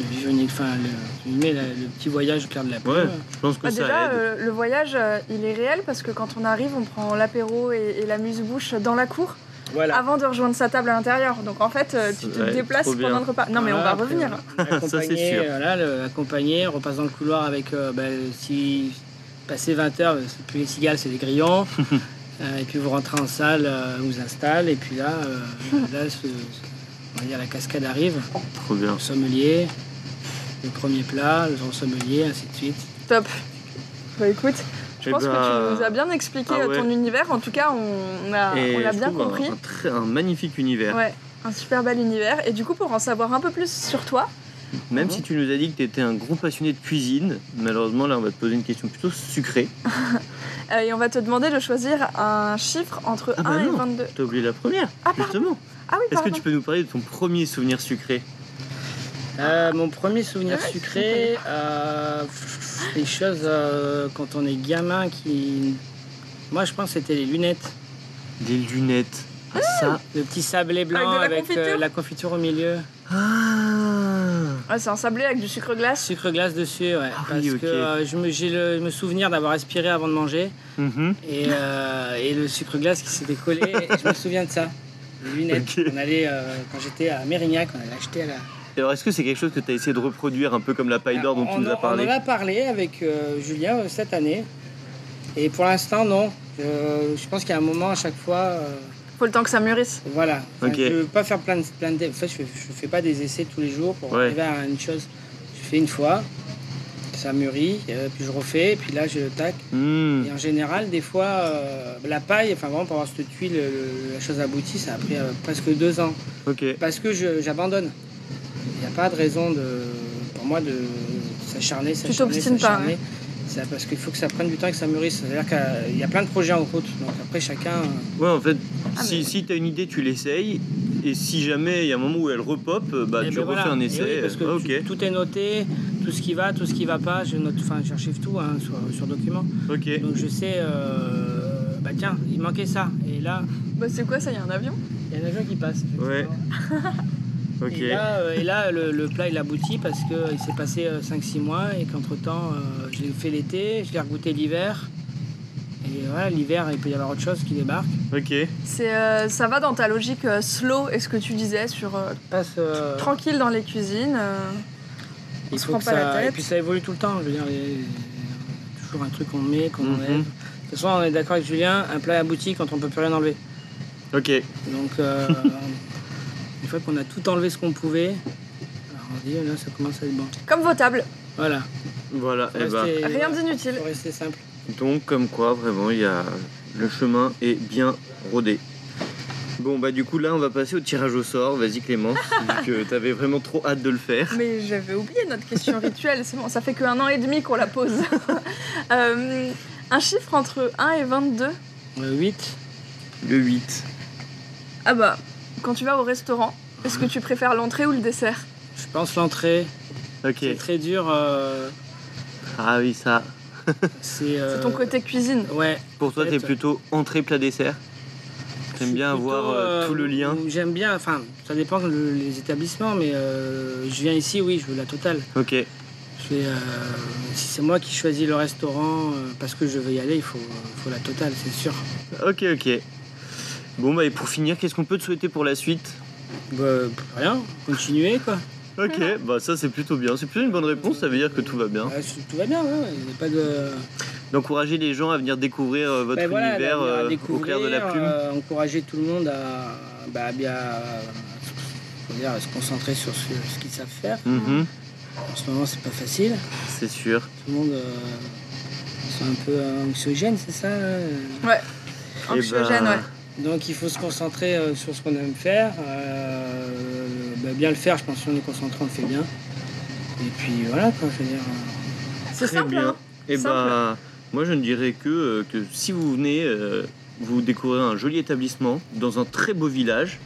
[SPEAKER 3] le, jeune- enfin, le, guillemets, la- le petit voyage au clair de la pluie.
[SPEAKER 4] Ouais. Je pense que
[SPEAKER 2] Bah,
[SPEAKER 4] ça
[SPEAKER 2] déjà,
[SPEAKER 4] aide.
[SPEAKER 2] euh, le voyage, euh, il est réel parce que quand on arrive, on prend l'apéro et, et la muse-bouche dans la cour
[SPEAKER 3] Voilà.
[SPEAKER 2] avant de rejoindre sa table à l'intérieur. Donc en fait, euh, tu te
[SPEAKER 4] Ouais,
[SPEAKER 2] déplaces
[SPEAKER 4] trop bien.
[SPEAKER 2] pendant le repas. Ah, Non, mais on va
[SPEAKER 3] Voilà, après,
[SPEAKER 2] revenir.
[SPEAKER 3] voilà,
[SPEAKER 4] Ça, c'est
[SPEAKER 3] accompagné,
[SPEAKER 4] sûr.
[SPEAKER 3] Voilà, le- accompagné, on repasse dans le couloir avec, euh, bah, si passé 20h, euh, c'est plus les cigales, c'est les grillons. Euh, et puis vous rentrez en salle, euh, on vous installe, et puis là, euh, là ce- ce- on va dire la cascade arrive,
[SPEAKER 4] Trop bien.
[SPEAKER 3] le sommelier, le premier plat, le second sommelier, ainsi de suite.
[SPEAKER 2] Top. Bah écoute, je
[SPEAKER 4] Eh
[SPEAKER 2] pense que
[SPEAKER 4] ben,
[SPEAKER 2] tu nous as bien expliqué
[SPEAKER 4] ah
[SPEAKER 2] euh,
[SPEAKER 4] ouais.
[SPEAKER 2] ton univers. En tout cas, on a,
[SPEAKER 3] Ah,
[SPEAKER 4] et
[SPEAKER 2] on l'a
[SPEAKER 4] je
[SPEAKER 2] bien
[SPEAKER 4] trouve un-
[SPEAKER 2] compris.
[SPEAKER 4] Un, très- un magnifique univers.
[SPEAKER 2] Ouais, un super bel univers. Et du coup, pour en savoir un peu plus sur toi,
[SPEAKER 3] Mhm.
[SPEAKER 4] Même si tu nous as dit que tu étais un gros passionné de cuisine, malheureusement, là, on va te poser une question plutôt sucrée.
[SPEAKER 2] euh, et on va te demander de choisir un chiffre entre
[SPEAKER 4] Ah bah
[SPEAKER 2] 1 et
[SPEAKER 4] non.
[SPEAKER 2] 22.
[SPEAKER 4] T'as oublié la première,
[SPEAKER 2] Ah, pardon.
[SPEAKER 4] justement.
[SPEAKER 2] Ah oui,
[SPEAKER 4] Est-ce que
[SPEAKER 2] pardon.
[SPEAKER 4] tu peux nous parler de ton premier souvenir sucré
[SPEAKER 3] Euh, mon premier souvenir
[SPEAKER 2] Ouais,
[SPEAKER 3] sucré, euh, pff, les choses euh, quand on est gamin qui. Moi je pense que c'était les lunettes.
[SPEAKER 4] Des lunettes. Ah, ça.
[SPEAKER 3] Le petit sablé blanc
[SPEAKER 2] Avec de la
[SPEAKER 3] avec, euh,
[SPEAKER 2] confiture
[SPEAKER 3] la confiture au milieu.
[SPEAKER 4] Ah
[SPEAKER 2] Ouais, c'est un sablé avec du sucre glace.
[SPEAKER 3] Sucre glace dessus, ouais.
[SPEAKER 4] Ah
[SPEAKER 3] parce
[SPEAKER 4] oui, ok.
[SPEAKER 3] que euh, je me, j'ai le, me souvenir d'avoir aspiré avant de manger
[SPEAKER 4] Mhm.
[SPEAKER 3] et, euh, et le sucre glace qui s'était collé. et je me souviens de ça. Les lunettes.
[SPEAKER 4] Ok.
[SPEAKER 3] On allait, euh, quand j'étais à Mérignac, on allait acheter à la.
[SPEAKER 4] Alors, est-ce que c'est quelque chose que tu as essayé de reproduire un peu comme la paille d'or dont tu
[SPEAKER 3] Ah, on
[SPEAKER 4] nous as
[SPEAKER 3] en- On
[SPEAKER 4] parlé
[SPEAKER 3] en a parlé avec euh, Julien euh, cette année. Et pour l'instant, non. Je, je pense qu'il y a un moment à chaque fois. euh,
[SPEAKER 2] Faut le temps que ça mûrisse.
[SPEAKER 3] voilà. Enfin,
[SPEAKER 4] Ok.
[SPEAKER 3] Je ne veux pas faire plein de. Plein de en fait, je ne fais pas des essais tous les jours pour
[SPEAKER 4] Ouais.
[SPEAKER 3] arriver à une chose. Je fais une fois, ça mûrit, euh, puis je refais, puis là, je tac.
[SPEAKER 4] Hmm.
[SPEAKER 3] Et en général, des fois, euh, la paille, enfin vraiment pour avoir cette tuile, le- la chose aboutie, ça a pris euh, presque deux ans.
[SPEAKER 4] Ok.
[SPEAKER 3] Parce que je- j'abandonne. Il n'y a pas de raison de, pour moi de s'acharner, s'acharner,
[SPEAKER 2] t'obstines pas,
[SPEAKER 3] s'acharner. Ça- Parce qu'il faut que ça prenne du temps et que ça mûrisse. C'est-à-dire qu'il y a plein de projets en route. Donc après, chacun.
[SPEAKER 4] Ouais, en fait,
[SPEAKER 2] Ah,
[SPEAKER 4] si,
[SPEAKER 2] mais-
[SPEAKER 4] si tu as une idée, tu l'essayes. Et si jamais il y a un moment où elle repop, euh, bah,
[SPEAKER 3] Eh
[SPEAKER 4] tu
[SPEAKER 3] ben,
[SPEAKER 4] refais
[SPEAKER 3] voilà.
[SPEAKER 4] un
[SPEAKER 3] Et
[SPEAKER 4] essai.
[SPEAKER 3] oui, parce que
[SPEAKER 4] Ah, ok.
[SPEAKER 3] tu- tout est noté, tout ce qui va, tout ce qui va pas. Je note, enfin, j'archive tout hein, sur, sur document.
[SPEAKER 4] Ok.
[SPEAKER 3] Donc je sais, euh, bah tiens, il manquait ça. Et là,
[SPEAKER 2] Bah c'est quoi ça, y a un avion
[SPEAKER 3] il y a un avion qui passe.
[SPEAKER 4] Ouais.
[SPEAKER 3] effectivement.
[SPEAKER 4] Ok.
[SPEAKER 3] Et là, euh, et là, le, le plat il aboutit parce qu'il s'est passé 5-6 mois et qu'entre temps je l'ai fait l'été, je l'ai regoûté l'hiver. Et voilà, l'hiver il peut y avoir autre chose qui débarque.
[SPEAKER 4] Ok.
[SPEAKER 2] C'est euh, ça va dans ta logique euh, slow et ce que tu disais sur euh,
[SPEAKER 3] Je Passe, euh,
[SPEAKER 2] tranquille dans les cuisines. euh,
[SPEAKER 3] il
[SPEAKER 2] on se
[SPEAKER 3] faut
[SPEAKER 2] prend
[SPEAKER 3] que
[SPEAKER 2] pas la
[SPEAKER 3] ça-
[SPEAKER 2] tête.
[SPEAKER 3] Et puis ça évolue tout le temps, je veux dire, il y a- il y a toujours un truc qu'on met, qu'on
[SPEAKER 4] Mhm.
[SPEAKER 3] enlève. De toute façon, on est d'accord avec Julien, un plat aboutit quand on peut plus rien enlever.
[SPEAKER 4] Ok.
[SPEAKER 3] Donc euh, une fois qu'on a tout enlevé ce qu'on pouvait, alors on dit là ça commence à être bon.
[SPEAKER 2] Comme vos tables,
[SPEAKER 3] Voilà.
[SPEAKER 4] Voilà.
[SPEAKER 3] Faut
[SPEAKER 4] eh ben,
[SPEAKER 3] rester-
[SPEAKER 2] rien d'inutile.
[SPEAKER 3] faut rester simple.
[SPEAKER 4] Donc, comme quoi, vraiment, il y a... le chemin est bien rodé. Bon, bah, du coup, là, on va passer au tirage au sort. Vas-y, Clémence, vu que t'avais vraiment trop hâte de le faire.
[SPEAKER 2] Mais j'avais oublié notre question rituelle, c'est bon, ça fait que un an et demi qu'on la pose. Euh, un chiffre entre 1 et 22.
[SPEAKER 3] 8.
[SPEAKER 4] Le 8.
[SPEAKER 2] Ah bah, quand tu vas au restaurant, est-ce que tu préfères l'entrée ou le dessert
[SPEAKER 3] Je pense l'entrée.
[SPEAKER 4] Ok.
[SPEAKER 3] C'est très dur. euh,
[SPEAKER 4] Ah oui, ça.
[SPEAKER 3] c'est euh,
[SPEAKER 2] C'est ton côté cuisine.
[SPEAKER 3] Ouais.
[SPEAKER 4] Pour toi,
[SPEAKER 3] En
[SPEAKER 4] t'es
[SPEAKER 3] fait,
[SPEAKER 4] plutôt entrée, plat, dessert
[SPEAKER 3] Je
[SPEAKER 4] T'aimes
[SPEAKER 3] suis
[SPEAKER 4] bien
[SPEAKER 3] plutôt,
[SPEAKER 4] avoir euh,
[SPEAKER 3] euh,
[SPEAKER 4] tout le lien
[SPEAKER 3] J'aime bien. Enfin, ça dépend le- les établissements, mais euh, je viens ici, oui, je veux la totale.
[SPEAKER 4] Ok.
[SPEAKER 3] Je fais, euh, si c'est moi qui choisis le restaurant euh, parce que je veux y aller, il faut, faut la totale, c'est sûr.
[SPEAKER 4] Ok, ok. Bon, bah, et pour finir, qu'est-ce qu'on peut te souhaiter pour la suite
[SPEAKER 3] Bah, rien. Continuer quoi.
[SPEAKER 4] Ok, bah, ça, c'est plutôt bien. C'est plutôt une bonne réponse, ça veut dire que tout va bien.
[SPEAKER 3] Ouais, Ah, c'est- tout va bien. ouais, Il n'y a pas de.
[SPEAKER 4] D'encourager les gens à venir découvrir euh, votre
[SPEAKER 3] Ben voilà,
[SPEAKER 4] univers
[SPEAKER 3] d'avenir à
[SPEAKER 4] euh, au
[SPEAKER 3] découvrir,
[SPEAKER 4] clair de la plume.
[SPEAKER 3] euh, encourager tout le monde à, bah, à bien euh, faut dire, à se concentrer sur ce, ce qu'ils savent faire.
[SPEAKER 4] Mhm,
[SPEAKER 3] En ce moment, c'est pas facile.
[SPEAKER 4] c'est sûr.
[SPEAKER 3] Tout le monde euh, sont un peu euh, anxiogène, c'est ça euh.
[SPEAKER 4] Eh
[SPEAKER 2] Anxiogène,
[SPEAKER 4] ben,
[SPEAKER 2] ouais.
[SPEAKER 3] Donc il faut se concentrer euh, sur ce qu'on aime faire. euh, bah, bien le faire, je pense, si on est concentré, on le fait bien. Et puis voilà, quoi, je veux dire. euh,
[SPEAKER 2] C'est
[SPEAKER 4] Très
[SPEAKER 2] simple,
[SPEAKER 4] bien.
[SPEAKER 2] hein
[SPEAKER 4] Et
[SPEAKER 2] Simple.
[SPEAKER 4] bah, moi je ne dirais que, euh, que si vous venez, euh, vous découvrirez un joli établissement dans un très beau village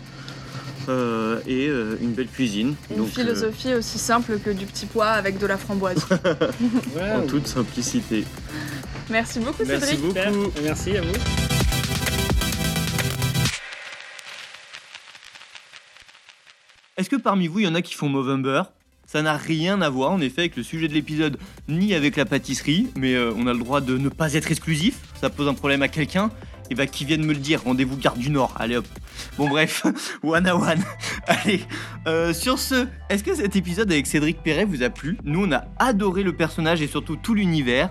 [SPEAKER 4] euh, et euh, une belle cuisine.
[SPEAKER 2] Une
[SPEAKER 4] Donc, euh,
[SPEAKER 2] philosophie aussi simple que du petit pois avec de la framboise.
[SPEAKER 3] voilà,
[SPEAKER 4] en toute simplicité.
[SPEAKER 2] Merci beaucoup,
[SPEAKER 4] Merci
[SPEAKER 2] Cédric.
[SPEAKER 4] beaucoup.
[SPEAKER 3] super. Merci à vous.
[SPEAKER 1] Est-ce que parmi vous, il y en a qui font Movember
[SPEAKER 4] Ça n'a rien à voir en effet avec le sujet de l'épisode ni avec la pâtisserie, mais euh, on a le droit de ne pas être exclusif. Ça pose un problème à quelqu'un, et bah qui vienne me le dire. Rendez-vous Gare du Nord, allez hop. Bon bref, one à one. Allez, euh, sur ce, est-ce que cet épisode avec Cédric Perret vous a plu Nous on a adoré le personnage et surtout tout l'univers.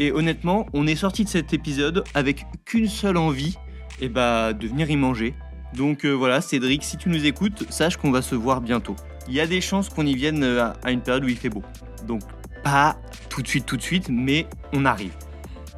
[SPEAKER 4] Et honnêtement, on est sorti de cet épisode avec qu'une seule envie, et bah de venir y manger. Donc euh, voilà, Cédric, si tu nous écoutes, sache qu'on va se voir bientôt. Il y a des chances qu'on y vienne euh, à- à une période où il fait beau. Donc pas tout de suite, tout de suite, mais on arrive.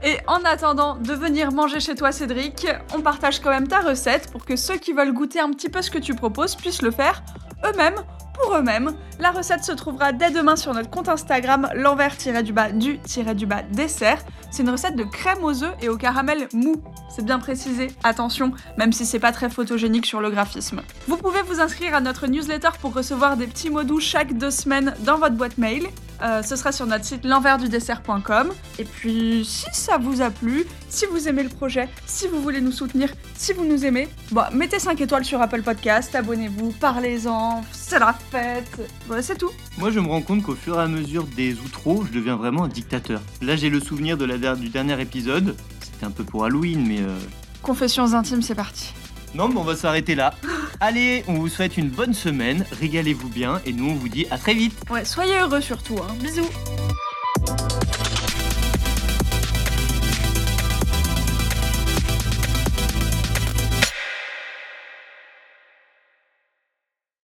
[SPEAKER 2] Et en attendant de venir manger chez toi, Cédric, on partage quand même ta recette pour que ceux qui veulent goûter un petit peu ce que tu proposes puissent le faire eux-mêmes pour eux-mêmes. La recette se trouvera dès demain sur notre compte Instagram l'envers-du-bas du-du-bas dessert. C'est une recette de crème aux œufs et au caramel mou. C'est bien précisé, attention, même si c'est pas très photogénique sur le graphisme. Vous pouvez vous inscrire à notre newsletter pour recevoir des petits mots doux chaque deux semaines dans votre boîte mail. Euh, ce sera sur notre site l'enversdudessert.com. Et puis, si ça vous a plu, si vous aimez le projet, si vous voulez nous soutenir, si vous nous aimez, bah, mettez 5 étoiles sur Apple Podcast, abonnez-vous, parlez-en, c'est la fête. Voilà, c'est tout.
[SPEAKER 4] Moi, je me rends compte qu'au fur et à mesure des outros, je deviens vraiment un dictateur. Là, j'ai le souvenir de la der- du dernier épisode. C'était un peu pour Halloween, mais... euh,
[SPEAKER 2] Confessions intimes, c'est parti.
[SPEAKER 4] Non, mais on va s'arrêter là. Allez, on vous souhaite une bonne semaine, régalez-vous bien, et nous, on vous dit à très vite
[SPEAKER 2] Ouais, soyez heureux surtout, hein. Bisous.